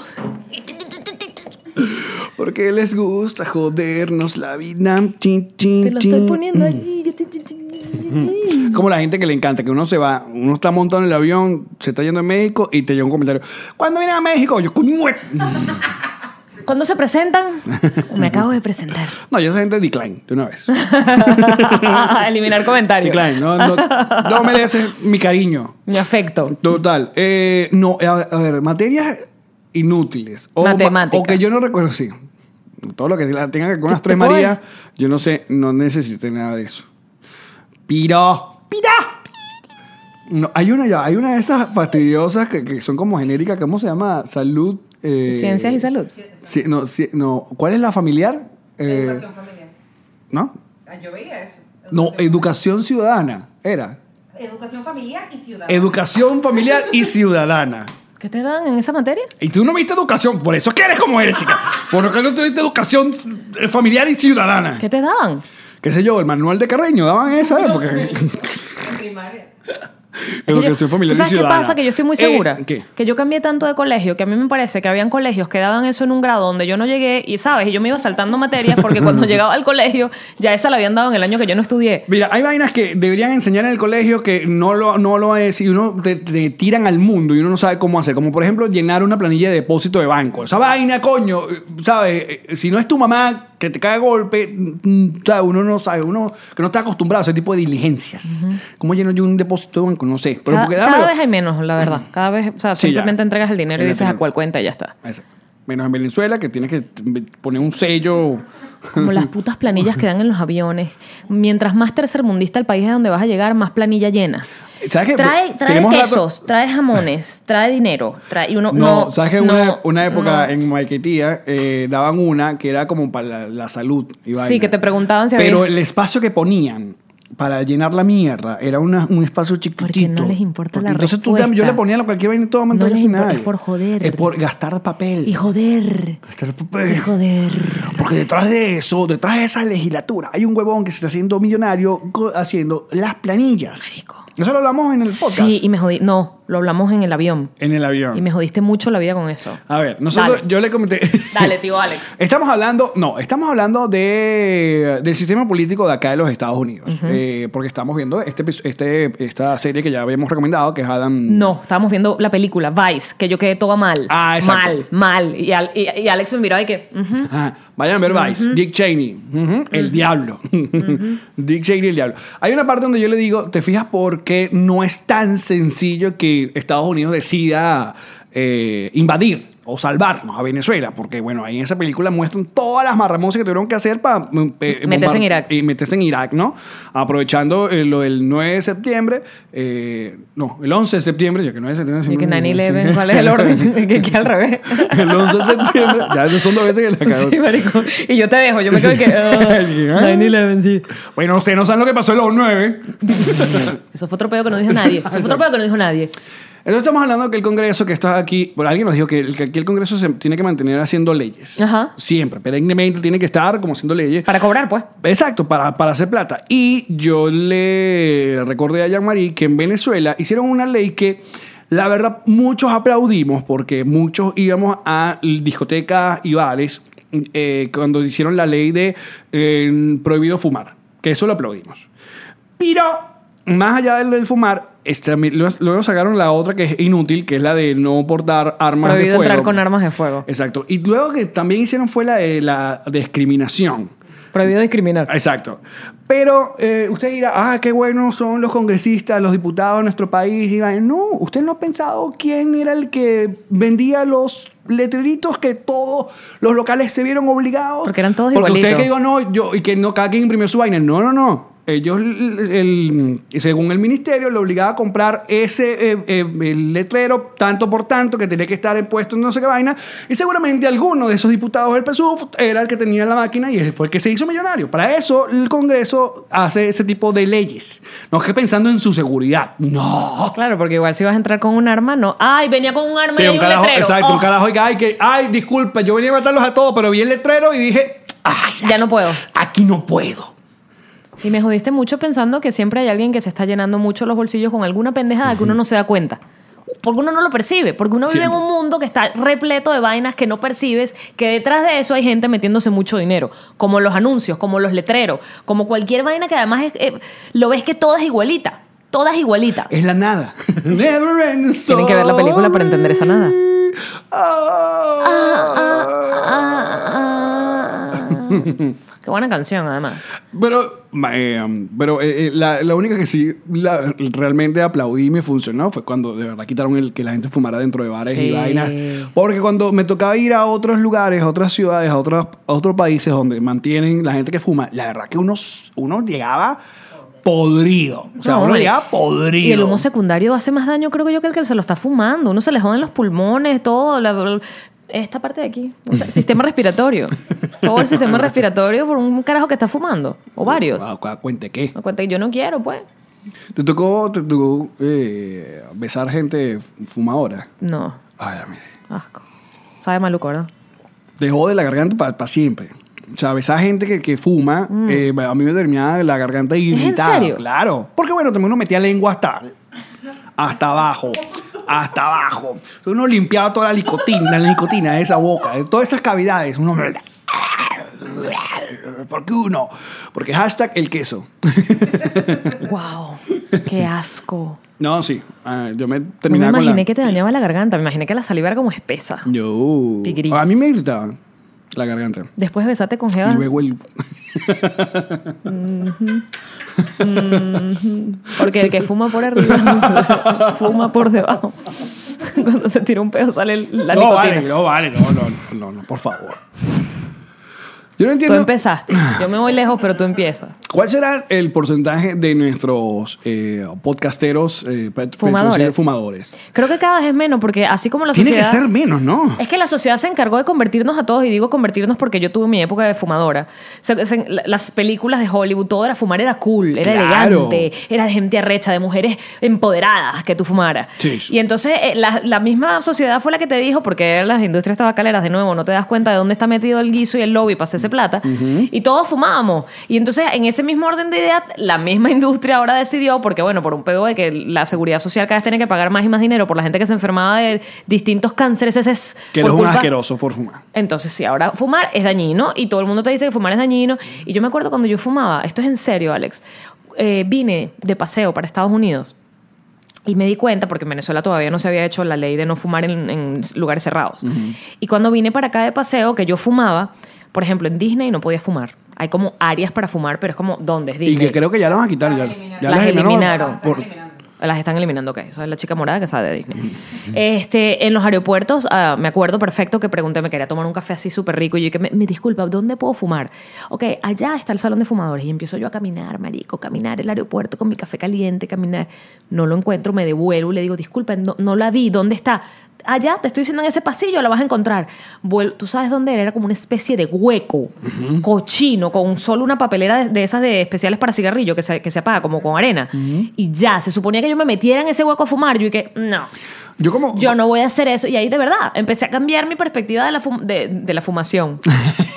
Porque les gusta jodernos la vida. Chin, chin, Te lo chin. estoy poniendo allí. Mm. Como la gente que le encanta, que uno se va, uno está montado en el avión, se está yendo a México y te llega un comentario. ¿Cuándo vienes a México? Yo, "Coño, güey". Cuando se (laughs) presentan, me acabo de presentar. No, yo esa gente decline de una vez. Eliminar comentarios. Decline, no, no, no mereces mi cariño. Mi afecto. Total. Eh, no, a, a ver, materias inútiles. O ma- Matemática. O que yo no recuerdo, sí. Todo lo que la tenga que ver con las ¿Te- tres te puedo Marías, decir? yo no sé, no necesité nada de eso. Piro. Piro. No, hay una ya, hay una de esas fastidiosas que, que son como genéricas, ¿cómo se llama? Salud. eh, Ciencias y salud. Sí, no, sí, no. ¿Cuál es la familiar? educación familiar. ¿No? Ah, Yo veía eso. No, educación ciudadana. Era. Educación familiar y ciudadana. Educación familiar y ciudadana. ¿Qué te dan en esa materia? Y tú no viste educación, por eso es que eres como eres, chica. Por lo que no tuviste educación eh, familiar y ciudadana. ¿Qué te daban? ¿Qué sé yo? El manual de Carreño, daban esa época. En primaria. (laughs) educación familiar ¿Tú sabes y qué ciudadana. pasa? Que yo estoy muy Eh, segura. ¿Qué? Que yo cambié tanto de colegio que a mí me parece que habían colegios que daban eso en un grado donde yo no llegué y, ¿sabes? Y yo me iba saltando materias porque (laughs) cuando llegaba al colegio ya esa la habían dado en el año que yo no estudié. Mira, hay vainas que deberían enseñar en el colegio que no lo, no lo es y uno te, te tiran al mundo y uno no sabe cómo hacer. Como por ejemplo llenar una planilla de depósito de banco. Esa vaina, coño, eh, ¿sabes? Eh, Si no es tu mamá que te cae a golpe, mm, ¿sabes? uno no sabe, uno que no está acostumbrado a ese tipo de diligencias. ¿Cómo lleno yo un depósito de banco? No sé. Pero Cada, porque cada dámelo. vez hay menos, la verdad. Cada vez, o sea, Sí, ya. simplemente entregas el dinero y En la dices a tele- cuál cuenta y (laughs) ya está. Exacto. Menos en Venezuela que tienes que poner un sello. Como las putas planillas que dan en los aviones. Mientras más tercermundista el país es donde vas a llegar, más planilla llena. ¿Sabes qué? Trae, trae Eh, Tenemos rato- quesos, trae jamones, trae dinero, trae y uno No, no, ¿sabes que no, una, una época no. en Maiquetía eh, daban una que era como para la, la salud? y vaina. que te preguntaban si había- Pero el espacio que ponían para llenar la mierda era una- un espacio chiquitito. les importa la entonces tú respuesta. tam- yo le ponía a cualquier vaina y todo mandaba les sin importa, nadie. es por joder. Es por gastar papel. Y joder, Gastar y papel. joder. Porque detrás de eso, detrás de esa legislatura, hay un huevón que se está haciendo millonario co- haciendo las planillas. Eso lo hablamos en el podcast. Sí, y me jodí. No, lo hablamos en el avión. En el avión. Y me jodiste mucho la vida con eso. A ver, nosotros, Dale. yo le comenté. Dale, tío Alex. Estamos hablando, no, estamos hablando de, del sistema político de acá de los Estados Unidos. Eh, porque estamos viendo este, epi- este, esta serie que ya habíamos recomendado, que es Adam. No, estábamos viendo la película Vice, que yo quedé toda mal. Ah, exacto. Mal, mal. Y, Al- y- y Alex me miró y que. ujú. Ajá. Vayan a ver Vice, Dick Cheney, Ujú. el diablo. (laughs) Dick Cheney, el diablo. Hay una parte donde yo le digo, te fijas porque no es tan sencillo que Estados Unidos decida eh, invadir o salvarnos a Venezuela, porque bueno, ahí en esa película muestran todas las marramosas que tuvieron que hacer para Meterse en Irak. y meterse en Irak, ¿no? Aprovechando eh, lo del 9 de septiembre, eh, no, el 11 de septiembre, ya que 9 de septiembre... Y que siempre- 9-11, (laughs) ¿cuál es el orden? (laughs) que, que al revés. el 11 de septiembre, ya son dos veces que la cago. Sí, marico. Y yo te dejo, yo me quedo y que. (laughs) ah, 9-11, sí. Bueno, ustedes no saben lo que pasó el 9. Eso fue otro pedo que no dijo nadie. Eso fue otro pedo que no dijo nadie. Entonces estamos hablando que el Congreso, que esto es aquí, por alguien nos dijo que, el- que aquí el Congreso se tiene que mantener haciendo leyes. Ajá. Siempre, perennemente tiene que estar como haciendo leyes. Para cobrar, pues. Exacto, para, para hacer plata. Y yo le recordé a Jean-Marie que en Venezuela hicieron una ley que, la verdad, muchos aplaudimos porque muchos íbamos a discotecas y bares eh, cuando hicieron la ley de eh, prohibido fumar. Que eso lo aplaudimos. Pero, más allá del, del fumar, este, también- luego, luego sacaron la otra que es inútil, que es la de no portar armas de Prohibido fuego. entrar con armas de fuego. Exacto. Y luego que también hicieron fue la de la discriminación. Prohibido discriminar. Exacto. Pero eh, usted dirá, ah, qué buenos son los congresistas, los diputados de nuestro país. Y van, no, usted no ha pensado quién era el que vendía los letreritos que todos los locales se vieron obligados. Porque eran todos Porque igualitos. usted que digo, no, yo, y que no, cada quien imprimió su vaina. No, no, no. Ellos, el- el- según el ministerio, lo obligaba a comprar ese eh, eh, el letrero tanto por tanto que tenía que estar en puesto en no sé qué vaina. Y seguramente alguno de esos diputados del PSUV era el que tenía la máquina y él fue el que se hizo millonario. Para eso el Congreso hace ese tipo de leyes. No es que pensando en su seguridad. No. Claro, porque igual si vas a entrar con un arma, no. ¡Ay, venía con un arma Sí, y hay un un, carajo, letrero! exacto, un Oh, carajo y que, ay, que, ay, disculpa, yo venía a matarlos a todos, pero vi el letrero y dije, ay, Ya no puedo. Aquí no puedo. Y me jodiste mucho pensando que siempre hay alguien que se está llenando mucho los bolsillos con alguna pendejada que uno no se da cuenta. Porque uno no lo percibe, porque uno vive en Siempre. un mundo que está repleto de vainas que no percibes, que detrás de eso hay gente metiéndose mucho dinero, como los anuncios, como los letreros, como cualquier vaina que además es- eh, lo ves que todas igualita, todas igualita. Es la nada. (laughs) Never ending story. Tienen que ver la película para entender esa nada. Ah. ah, Qué buena canción además. Pero, ma- eh, um, pero eh, eh, la, la única que sí la- realmente aplaudí y me funcionó fue cuando de verdad quitaron el que la gente fumara dentro de bares Sí. y vainas. Porque cuando me tocaba ir a otros lugares, a otras ciudades, a otros, a otros países donde mantienen la gente que fuma, la verdad que uno, uno llegaba podrido. O sea, No, uno y- llegaba podrido. Y el humo secundario hace más daño, creo que yo, que el que se lo está fumando. Uno se le joden los pulmones, todo. la- la- esta parte de aquí. O sea, (laughs) sistema respiratorio. Todo el sistema respiratorio por un carajo que está fumando. O varios. Ah, cu- cuente qué. Me cuenta que yo no quiero, pues. ¿Te tocó, te tocó eh, besar gente fumadora? No. Ay, a mí sí. Asco. Sabe (laughs) maluco, ¿verdad? te jode la garganta para siempre. O sea, esa gente que, que fuma, eh, a mí me terminaba la garganta irritada. Mm. serio? Claro. Porque bueno, también uno metía lengua hasta, hasta abajo. Hasta abajo. Uno limpiaba toda la nicotina, la nicotina de esa boca, de todas estas cavidades. Uno. ¿Por qué uno? Porque hashtag el queso. (laughs) ¡Wow! ¡Qué asco! No, sí. Ah, yo me No me terminaba con la- Mm. imaginé que te dañaba la garganta. Me imaginé que la saliva era como espesa. Yo. Y gris. A mí me irritaba la garganta. Después de besarte con Y Jeva. luego el. (laughs) Porque el que fuma por arriba (laughs) fuma por debajo. Cuando se tira un pedo sale el- (laughs) la no, nicotina. vale, no, vale, no, no, no, no, no, por favor. Yo no Tú entiendo empezaste. (clears throat) Yo me voy lejos, pero tú empiezas. cuál será el porcentaje de nuestros eh, podcasteros eh, pet- Fumadores. fumadores. Creo que cada vez es menos, porque así como la Tiene que sociedad. ser menos, ¿no? Es que la sociedad se encargó de convertirnos a todos, y digo convertirnos porque yo tuve mi época de fumadora. Se- se- la- las películas de Hollywood, todo era fumar, era cool, era Claro. elegante, era de gente arrecha, de mujeres empoderadas que tú fumaras. Sí, sí. Y entonces eh, la, la misma sociedad fue la que te dijo, porque las industrias tabacaleras, de nuevo, no te das cuenta de dónde está metido el guiso y el lobby para hacerse plata, y todos fumábamos. Y entonces, en ese mismo orden de ideas, la misma (laughs) industria ahora decidió, porque bueno, por un pego de que la seguridad social cada vez tiene que pagar más y más dinero por la gente que se enfermaba de distintos cánceres, ese es Que por eres un culpa- asqueroso por fumar. entonces, sí, ahora fumar es dañino y todo el mundo te dice que fumar es dañino. Y yo me acuerdo cuando yo fumaba, esto es en serio, Alex, eh, vine de paseo para Estados Unidos y me di cuenta, porque en Venezuela todavía no se había hecho la ley de no fumar en, en lugares cerrados. Y cuando vine para acá de paseo, que yo fumaba, por ejemplo, en Disney no podía fumar. Hay como áreas para fumar, pero es como, ¿dónde es Disney? Y que creo que ya las van a quitar. Las Ya, eliminaron. ya Las eliminaron. por- Las están eliminando, ok. Esa es la chica morada que sabe de Disney. (laughs) este, en los aeropuertos, ah, me acuerdo perfecto que pregunté, me quería tomar un café así súper rico. Y yo que me, me disculpa, ¿dónde puedo fumar? Ok, allá está el salón de fumadores. Y empiezo yo a caminar, marico, caminar el aeropuerto con mi café caliente, caminar. No lo encuentro, me devuelvo y le digo, disculpa, no, no la vi, ¿dónde está? allá, te estoy diciendo en ese pasillo, la vas a encontrar. Vuel- Tú sabes dónde era, era como una especie de hueco, cochino, con solo una papelera de, de esas de especiales para cigarrillo que se, que se apaga, como con arena. Y ya, se suponía que yo me metiera en ese hueco a fumar, yo y que, no. Yo como... Yo no voy a hacer eso. Y ahí de verdad empecé a cambiar mi perspectiva de la, fum- de, de (laughs) la fumación.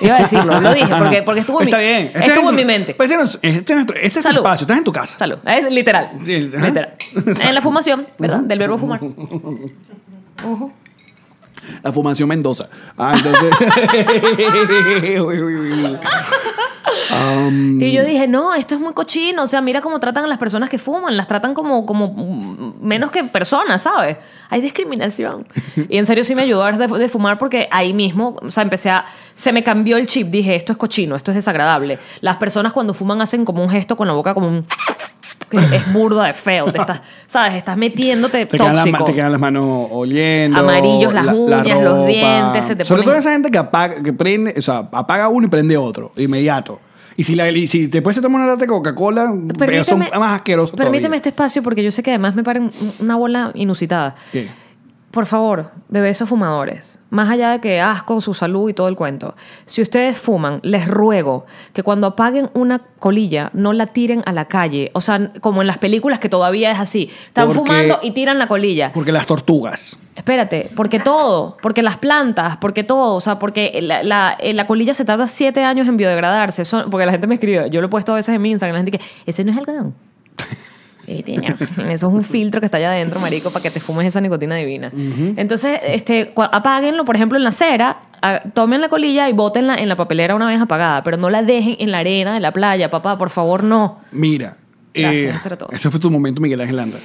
Iba a decirlo, lo dije, porque, porque estuvo, en Ah, Está mi, bien. Este es estuvo en tu- mi mente. Este, es nuestro- este es nuestro- este es tu Salud. espacio, estás en tu casa. Salud. Es literal. Sí, ajá. Literal. En (laughs) la fumación, ¿verdad? Del verbo fumar. La fumación Mendoza. Ah, (laughs) entonces... Uy, uy, uy. Y Mm. yo dije, no, esto es muy cochino. O sea, mira cómo tratan a las personas que fuman. Las tratan como, como mm, menos que personas, ¿sabes? (laughs) Hay discriminación. Y en serio sí me ayudó a dejar de, de fumar porque ahí mismo, o sea, empecé a... Se me cambió el chip. Dije, esto es cochino, esto es desagradable. Las personas cuando fuman hacen como un gesto con la boca, como un... que es burda de feo. (laughs) Te estás, ¿sabes? Estás metiéndote Te quedan, las, ma- tóxico. te quedan las manos oliendo. Amarillos, las uñas, los dientes, se te Sobre ponen- todo esa gente que apaga, que prende, o sea, apaga uno y prende otro, inmediato. Y si, la, y si después se toma una lata de Coca-Cola, pero son más asquerosos Permíteme todavía. este espacio porque yo sé que además me paren una bola inusitada. ¿Qué? Por favor, bebés esos fumadores, más allá de que asco su salud y todo el cuento, si ustedes fuman, les ruego que cuando apaguen una colilla no la tiren a la calle. O sea, como en las películas que todavía es así. Están Porque- fumando y tiran la colilla. Porque las tortugas. Espérate, porque todo, porque las plantas, porque todo, o sea, porque la, la- eh, la colilla se tarda siete años en biodegradarse, Son- porque la gente me escribe, yo lo he puesto a veces en mi Instagram, la gente que, ese no es algodón. Sí, tiene. Eso es un filtro que está allá adentro, marico, para que te fumes esa nicotina divina. Entonces, este, cua- apáguenlo, por ejemplo, en la cera, a- tomen la colilla y bótenla en la papelera una vez apagada, pero no la dejen en la arena de la playa, papá, por favor, no. Mira. eh, Gracias, eso era todo. Ese fue tu momento, Miguel Ángel Landa.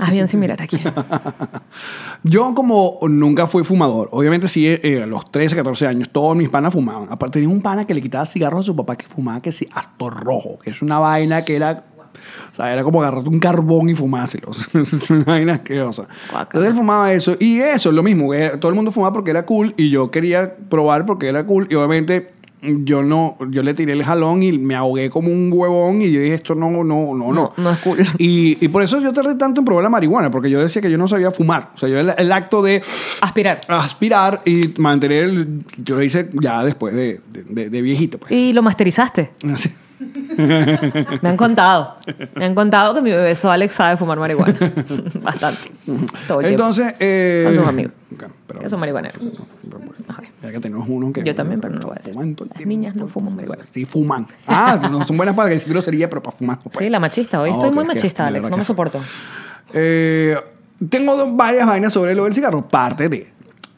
Haz bien sin mirar aquí. Yo como nunca fui fumador, obviamente sí, eh, a los 13, 14 años, todos mis panas fumaban. Aparte tenía un pana que le quitaba cigarros a su papá que fumaba que sí, hasta rojo, que es una vaina que era... O sea, era como agarrarte un carbón y fumárselo. (laughs) es una vaina asquerosa. Guácala. Entonces él fumaba eso. Y eso es lo mismo. que era- todo el mundo fumaba porque era cool y yo quería probar porque era cool. Y obviamente yo no... Yo le tiré el jalón y me ahogué como un huevón y yo dije, esto no, no, no, no. No, no es cool. (laughs) Y, y por eso yo tardé tanto en probar la marihuana, porque yo decía que yo no sabía fumar. O sea, yo el, el acto de Aspirar. aspirar y mantener el. Yo lo hice ya después de, de- de- de viejito, pues. Y lo masterizaste. Así. Me han contado. Me han contado que mi bebé so Alex sabe (laughs) fumar marihuana. Bastante. Todo el tiempo. Entonces. eh, Con sus amigos. ok, pero- Que son marihuaneros. Mira que tenemos uno que. Yo también, pero no lo voy a decir. Fuman todo el Las tiempo. pues, niñas no fuman marihuana. Sí, fuman. Ah, no son buenas para decir grosería, pero para fumar. no Sí, pueden. la machista. Hoy Ah, estoy ok, muy es que- machista, de Alex. verdad No que me sí. soporto. Eh, tengo dos- varias vainas sobre lo del cigarro. Parte de,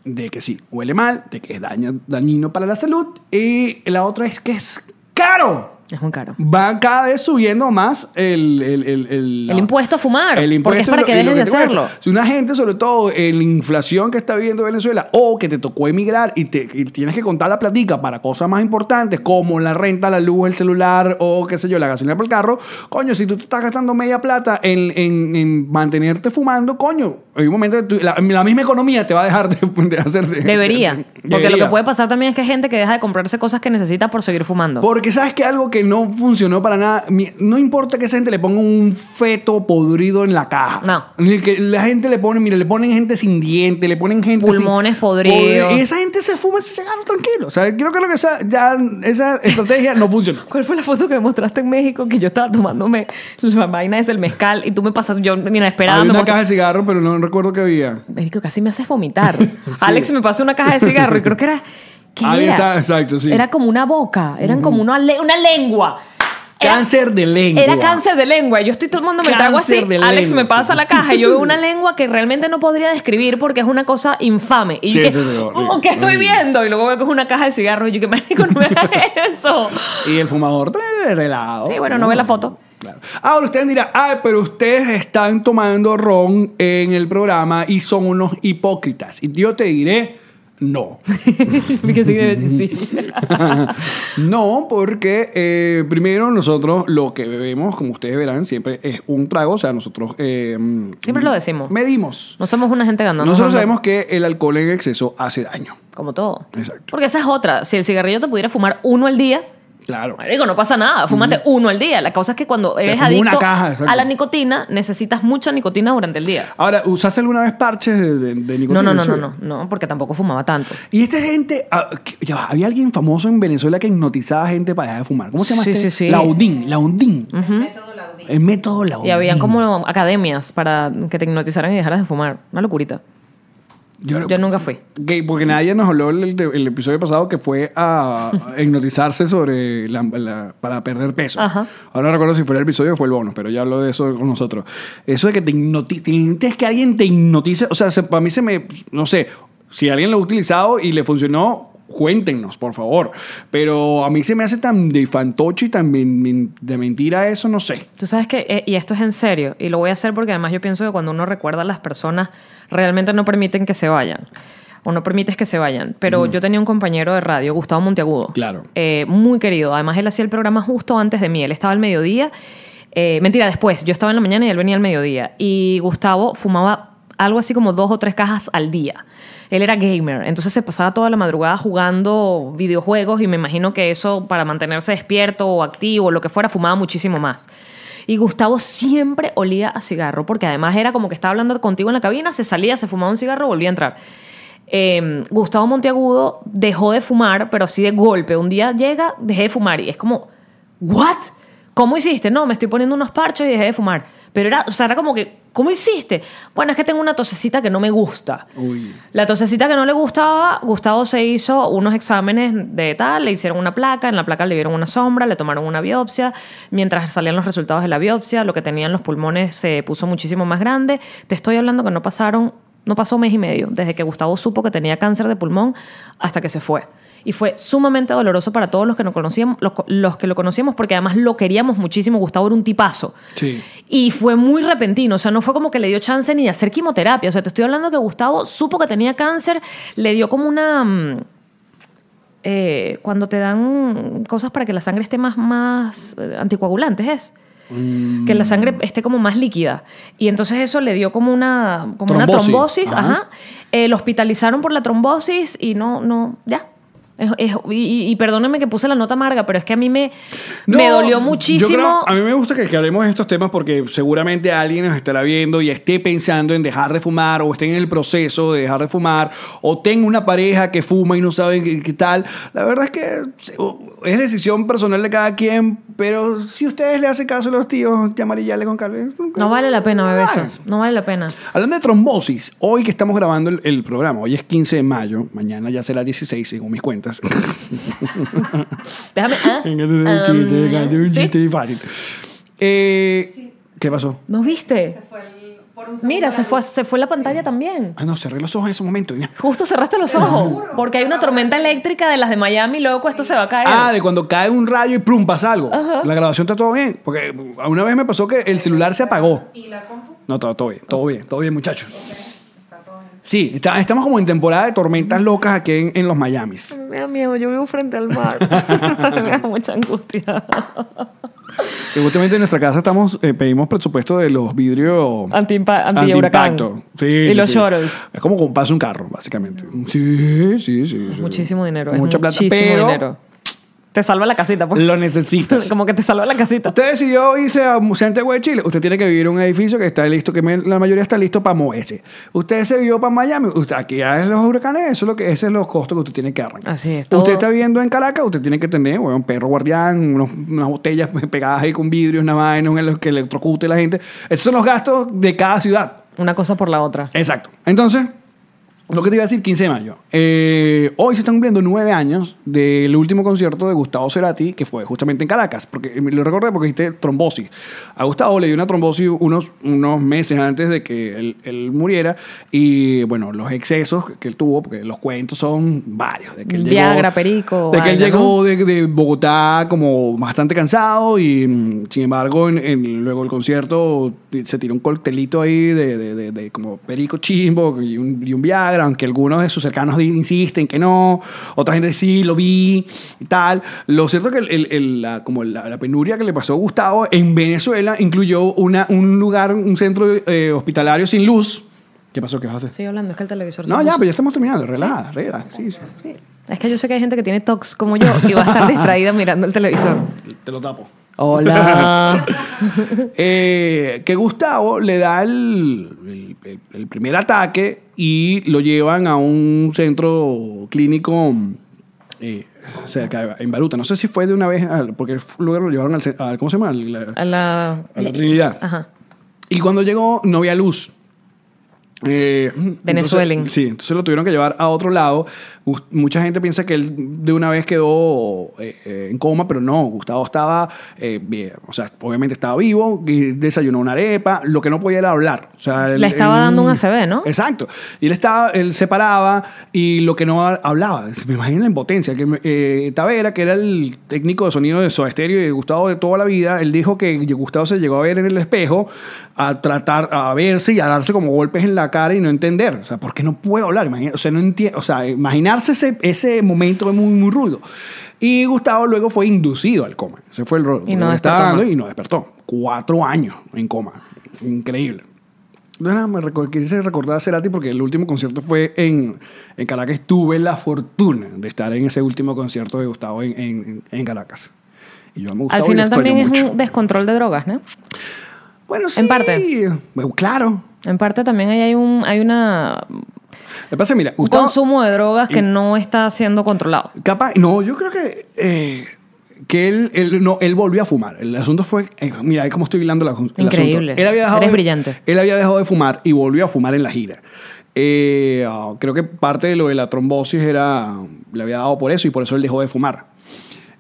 de que sí, huele mal, de que es daño, dañino para la salud. Y la otra es que es caro. Es (laughs) muy caro. Va cada vez subiendo más el... El, el- el- El impuesto a fumar, El porque es impuesto y para lo- que y lo dejes de te cuesta. hacerlo. Si una gente, sobre todo en la inflación que está viviendo Venezuela, o que te tocó emigrar y, te, y tienes que contar la platica para cosas más importantes como la renta, la luz, el celular o qué sé yo, la gasolina para el carro, coño, si tú te estás gastando media plata en, en- en mantenerte fumando, coño, hay un momento que tú- la, la misma economía te va a dejar de, (laughs) de hacer... de- Debería. Porque lo que Debería. puede pasar también es que hay gente que deja de comprarse cosas que necesita por seguir fumando. Porque sabes que algo que no funcionó para nada, mi- no importa que esa gente le ponga un feto podrido en la caja. No. Ni que la gente le pone, mira, le ponen gente sin diente, le ponen gente Pulmones sin- podridos. Y esa gente se fuma ese cigarro tranquilo. O sea, creo que lo que esa, ya esa estrategia no funcionó. ¿Cuál fue la foto que me mostraste en México que yo estaba tomándome la vaina es el mezcal y tú me pasas, yo ni la esperaba, había me una mostras- caja de cigarro, pero no recuerdo qué había. Marico, casi me (laughs) haces vomitar. Alex me pasó una caja de cigarro y creo que era. ¿Qué Ahí era? Ah, está, exacto, sí. Era como una boca, eran como una, le- una lengua. Era- Cáncer de lengua. Era cáncer de lengua. Yo estoy tomándome el trago así. Cáncer de Alex lengua, me pasa sí. la caja y yo (laughs) veo una lengua que realmente no podría describir porque es una cosa infame. Y Sí, yo que, sí, sí, Mm. horrible, "Oh, ¿qué estoy horrible. viendo? Y luego veo que es una caja de cigarros y yo que marico, no me hagas eso. (laughs) Y el fumador trae relado. Sí, bueno, no ve la foto. Claro. Ahora ustedes dirán, ay, pero ustedes están tomando ron en el programa y son unos hipócritas. Y yo te diré, no. (laughs) Y que sí, que sí, sí. no, porque eh, primero nosotros lo que bebemos, como ustedes verán, siempre es un trago. O sea, nosotros... eh, Siempre lo decimos. Medimos. No somos una gente ganando. nosotros sabemos que el alcohol en exceso hace daño. Como todo. Exacto. Porque esa es otra. Si el cigarrillo te pudiera fumar uno al día, Claro. Marico, no pasa nada, fúmate uno al día. La cosa es que cuando eres fumas una adicto caja, exacto. a la nicotina, necesitas mucha nicotina durante el día. Ahora, ¿usaste alguna vez parches de, de- de nicotina? No, no, no, Eso- no, no, no, porque tampoco fumaba tanto. Y esta gente, ah, que- ya va, había alguien famoso en Venezuela que hipnotizaba gente para dejar de fumar. ¿Cómo se llama Sí, este? sí, sí. Laudín, Laudín. Método Laudín. El método Laudín. Y habían como academias para que te hipnotizaran y dejaras de fumar. Una locurita. Yo, Yo nunca fui. que- porque nadie nos habló el, el- el episodio pasado que fue a a hipnotizarse sobre la- la- para perder peso. Ajá. Ahora no recuerdo si fue el episodio o fue el bonus, pero ya habló de eso con nosotros. Eso de que te hipnoti- te intentes que alguien te hipnotice, o sea, se- para mí se me, no sé, si alguien lo ha utilizado y le funcionó, cuéntenos, por favor. Pero a mí se me hace tan de fantoche y tan men- men- de mentira eso, no sé. Tú sabes que, eh, y esto es en serio, y lo voy a hacer porque además yo pienso que cuando uno recuerda a las personas, realmente no permiten que se vayan. O no permites que se vayan. Pero yo tenía un compañero de radio, Gustavo Monteagudo. Claro. Eh, muy querido. Además, él hacía el programa justo antes de mí. Él estaba al mediodía. eh, mentira, después. Yo estaba en la mañana y él venía al mediodía. Y Gustavo fumaba algo así como dos o tres cajas al día. Él era gamer, entonces se pasaba toda la madrugada jugando videojuegos y me imagino que eso para mantenerse despierto o activo, lo que fuera, fumaba muchísimo más. Y Gustavo siempre olía a cigarro, porque además era como que estaba hablando contigo en la cabina, se salía, se fumaba un cigarro, volvía a entrar. Eh, Gustavo Monteagudo dejó de fumar, pero así de golpe. Un día llega, dejé de fumar y es como, ¿what? ¿Cómo hiciste? No, me estoy poniendo unos parchos y dejé de fumar. Pero era, o sea, era como que, ¿cómo hiciste? Bueno, es que tengo una tosecita que no me gusta. Uy. La tosecita que no le gustaba, Gustavo se hizo unos exámenes de tal, le hicieron una placa, en la placa le dieron una sombra, le tomaron una biopsia, mientras salían los resultados de la biopsia, lo que tenía en los pulmones se puso muchísimo más grande. Te estoy hablando que no pasaron, no pasó mes y medio desde que Gustavo supo que tenía cáncer de pulmón hasta que se fue. Y fue sumamente doloroso para todos los que, no conocíamos, los, co- los que lo conocíamos, porque además lo queríamos muchísimo. Gustavo era un tipazo. Sí. Y fue muy repentino, o sea, no fue como que le dio chance ni de hacer quimioterapia. O sea, te estoy hablando que Gustavo supo que tenía cáncer, le dio como una... mm, eh, cuando te dan cosas para que la sangre esté más, más eh, anticoagulantes, es. Que la Mm. sangre esté como más líquida. Y entonces eso le dio como una, como una Trombosis. trombosis. Ajá. Ajá. Eh, lo hospitalizaron por la trombosis y no, no, ya. Es- es- y, y- y perdónenme que puse la nota amarga, pero es que a mí me, No, me dolió yo muchísimo. creo- a mí me gusta que, que hablemos de estos temas porque seguramente alguien nos estará viendo y esté pensando en dejar de fumar o esté en el proceso de dejar de fumar o tenga una pareja que fuma y no sabe qué, qué tal. La verdad es que se- es decisión personal de cada quien, pero si ustedes le hacen caso a los tíos de amarillale con carne. No vale la pena, bebé. bebesos. No vale la pena. Hablando de trombosis, hoy que estamos grabando el, el programa, hoy es 15 de mayo, mañana ya será 16 según mis cuentas. Déjame. (laughs) ah, Venga, um, chiste, déjate un ¿sí? chiste fácil. Eh, ¿Qué pasó? ¿No viste? Se fue el- por un segundo Mira, la se fue, luz. se fue la pantalla también. Ah, no, cerré los ojos en ese momento. y- Justo cerraste los ojos. Porque hay una tormenta eléctrica de las de Miami, loco, esto se va a caer. Ah, de cuando cae un rayo y plum, pasa algo. La grabación está todo bien. Porque una vez me pasó que el celular se apagó. ¿Y la compu? No, todo, todo bien, todo bien, todo bien, muchachos. Sí, está- estamos como en temporada de tormentas locas aquí en, en los Miamis. Me da miedo, yo vivo frente al mar. (laughs) Me da mucha angustia. Y justamente en nuestra casa estamos, eh, pedimos presupuesto de los vidrios Antiimpa- anti-impacto. anti-huracán. Sí, y sí, los sí. lloros. Es como como pasa un carro, básicamente. Sí, sí, sí. sí. Muchísimo dinero. es Mucha plata. muchísimo pero dinero. Te salva la casita, pues. Lo necesitas. (laughs) Como que te salva la casita. Usted decidió irse a Santiago de Chile. Usted tiene que vivir en un edificio que está listo, que me- la mayoría está listo para moverse. Usted se vio para Miami. Usted, aquí hay los huracanes. Eso es lo que, ese es los costos que usted tiene que arrancar. Así es, todo- Usted está viviendo en Caracas. Usted tiene que tener bueno, un perro guardián, unos- unas botellas (laughs) pegadas ahí con vidrios, una vaina, en los que electrocute la gente. Esos son los gastos de cada ciudad. Una cosa por la otra. Exacto. Entonces, lo que te iba a decir, 15 de mayo. Eh, hoy se están cumpliendo nueve años del último concierto de Gustavo Cerati, que fue justamente en Caracas. Porque eh, lo recordé porque dijiste trombosis. A Gustavo le dio una trombosis unos, unos meses antes de que él, él muriera. Y bueno, los excesos que él tuvo, porque los cuentos son varios. De que él llegó- Viagra, perico, De que él vaina, llegó ¿no? de, de Bogotá como bastante cansado y mm, sin embargo en, en- luego el concierto se tiró un coctelito ahí de, de- de- de como perico chimbo y un, y un Viagra, aunque algunos de sus cercanos di- insisten que no, otra gente sí, lo vi y tal. Lo cierto es que el- el- el- la, como la, la penuria que le pasó a Gustavo en Venezuela incluyó una, un lugar, un centro eh, hospitalario sin luz. ¿Qué pasó? ¿Qué vas a hacer? Sigue hablando, es que el televisor. se No, ya, puso- pero ya estamos terminando. Relaja, relaja. Sí, sí, sí. Es que yo sé que hay gente que tiene tox como yo y va a estar distraída mirando el televisor. Te lo tapo. Hola. Eh, que Gustavo le da el, el- el primer ataque y lo llevan a un centro clínico eh, cerca, de- en Baruta. No sé si fue de una vez, al- porque luego lo llevaron al, ce- al- ¿cómo se llama? Al- la- A la... a la Trinidad. Ajá. Y cuando llegó no había luz. Eh, Venezuelen. entonces- sí, entonces lo tuvieron que llevar a otro lado. Gus- Mucha gente piensa que él de una vez quedó eh, eh, en coma, pero no, Gustavo estaba eh, bien, o sea, obviamente estaba vivo, y desayunó una arepa, lo que no podía era hablar. O sea, él- Le estaba él- dando un ACV, ¿no? Exacto. Y él estaba, él se paraba y lo que no ha- hablaba, me imagino la impotencia, que eh, Tavera, que era el técnico de sonido de Soda Stereo y de Gustavo de toda la vida, él dijo que Gustavo se llegó a ver en el espejo a tratar, a verse y a darse como golpes en la cara y no entender, o sea, porque no puedo hablar, Imagina- o sea, no entie- o sea, imaginarse ese, ese momento es muy, muy rudo. Y Gustavo luego fue inducido al coma. Ese fue el rol. Y no Le estaba despertó dando más. Y no despertó. Cuatro años en coma. Increíble. No, nada, me reco- quise recordar a Cerati porque el último concierto fue en, en Caracas. Tuve la fortuna de estar en ese último concierto de Gustavo en, en- en Caracas. Y yo amo a Gustavo Al y lo final extraño también es mucho. un descontrol de drogas, ¿no? Bueno, sí. parte. Bueno, claro. En parte también ahí hay un hay una Lo que pasa es, mira, un Gustavo- consumo de drogas Y- que no está siendo controlado. Capaz, no, yo creo que, eh, que él, él, no, él volvió a fumar. El asunto fue, eh, mira, ahí cómo estoy hilando la, el Increíble. asunto. Él había dejado Eres de- brillante. Él había dejado de fumar y volvió a fumar en la gira. Eh, ah, creo que parte de lo de la trombosis era, le había dado por eso y por eso él dejó de fumar.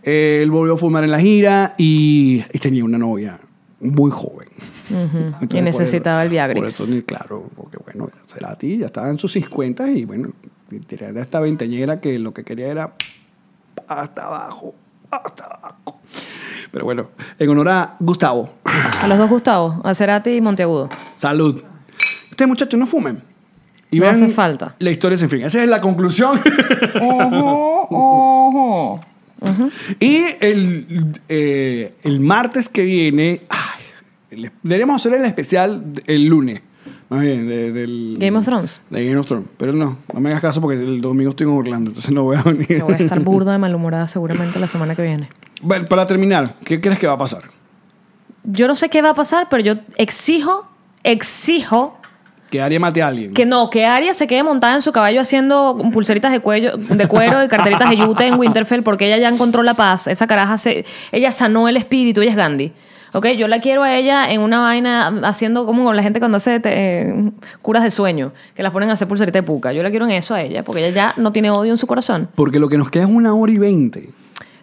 Eh, él volvió a fumar en la gira y, y tenía una novia muy joven. Entonces, Y necesitaba por el Viagrix. Por eso, ni- claro, porque bueno, Cerati ya estaba en sus 50 y bueno, tirar a esta veinteñera que lo que quería era hasta abajo, hasta abajo. Pero bueno, en honor a Gustavo, A los dos Gustavos, a Cerati y Monteagudo. salud. Ustedes muchachos no fumen. Y No vean hace falta. La historia sin fin. Esa es la conclusión. (laughs) Y el, eh, el martes que viene, ay, le- deberíamos hacer el especial d- el lunes. Más bien, de- del. Game of Thrones. De Game of Thrones. Pero no, no me hagas caso porque el domingo estoy en Orlando, entonces no voy a venir. Que voy a estar burda de malhumorada seguramente la semana que viene. (laughs) Bueno, para terminar, ¿qué crees que va a pasar? Yo no sé qué va a pasar, pero yo exijo, exijo Que Aria mate a alguien. que no, que Aria se quede montada en su caballo haciendo pulseritas de cuello, de cuero y carteritas de yute en Winterfell porque ella ya encontró la paz. Esa caraja se, ella sanó el espíritu, ella es Gandhi. Ok, yo la quiero a ella en una vaina haciendo como con la gente cuando hace te- eh, curas de sueño, que las ponen a hacer pulseritas de puca. Yo la quiero en eso a ella, porque ella ya no tiene odio en su corazón. Porque lo que nos queda es una hora y veinte.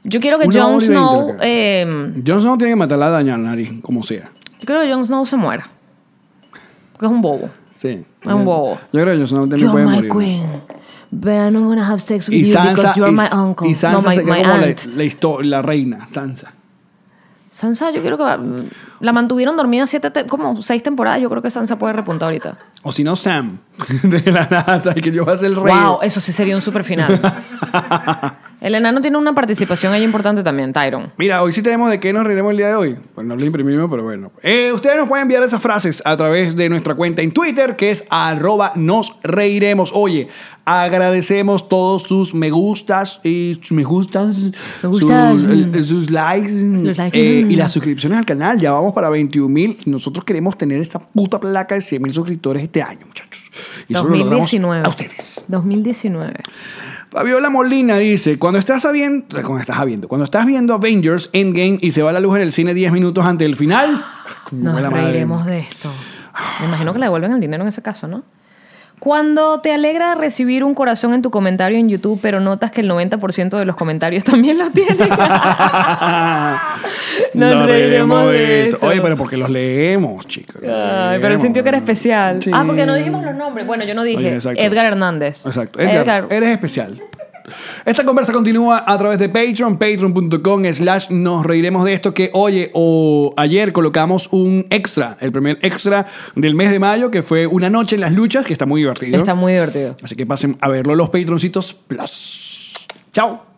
Yo quiero que Una Jon hora y veinte Snow. lo que- eh, Jon Snow tiene que matarla a dañar nariz, como sea. Yo creo que Jon Snow se muera. Porque es un bobo. Sí. Es un bobo. Yo creo que Jon Snow también puede morir. but I don't wanna have sex Y Sansa, you're y- my uncle. y Sansa No, my- se queda my como la, aunt. la histo- la reina, Sansa. Sansa, yo creo que va- la mantuvieron dormida siete, te- como seis temporadas. Yo creo que Sansa puede repuntar ahorita. O si no, Sam. (laughs) De la NASA, que yo voy a ser el rey. Wow, eso sí sería un (laughs) super final. el enano tiene una participación ahí importante también, Tyron. Mira, hoy sí tenemos de qué nos reiremos el día de hoy. Bueno, no lo imprimimos, pero bueno. Eh, ustedes nos pueden enviar esas frases a través de nuestra cuenta en Twitter, que es arroba nos reiremos. Oye, agradecemos todos sus me gustas y sus me gustas, Me gustas. sus, el- sus likes, likes. eh, y las suscripciones al canal. Ya vamos para 21 mil. Nosotros queremos tener esta puta placa de 100 mil suscriptores este año, muchachos. Y eso lo logramos 2019. A ustedes. 2019. Fabiola Molina dice, cuando estás, viendo, cuando estás viendo, cuando estás viendo Avengers Endgame y se va la luz en el cine 10 minutos antes del final, Nos buena madre. reiremos de esto. Me imagino que le devuelven el dinero en ese caso, ¿no? Cuando te alegra recibir un corazón en tu comentario en YouTube, pero notas que el 90% de los comentarios (laughs) también lo (laughs) tienen. Ah, Nos reiremos de esto. Oye, pero porque los leemos, chicos. los Ay, pero él leemos. sintió que era especial. Sí. Ah, porque no dijimos los nombres. Bueno, yo no dije. Oye, exacto. Edgar Hernández. Exacto. Edgar, eres especial. Esta conversa continúa a través de Patreon, patreon.com slash nos reiremos de esto que oye o ayer colocamos un extra, el primer extra del mes de mayo que fue una noche en las luchas que está muy divertido. Está muy divertido. Así que pasen a verlo los Patroncitos Plus. Chao.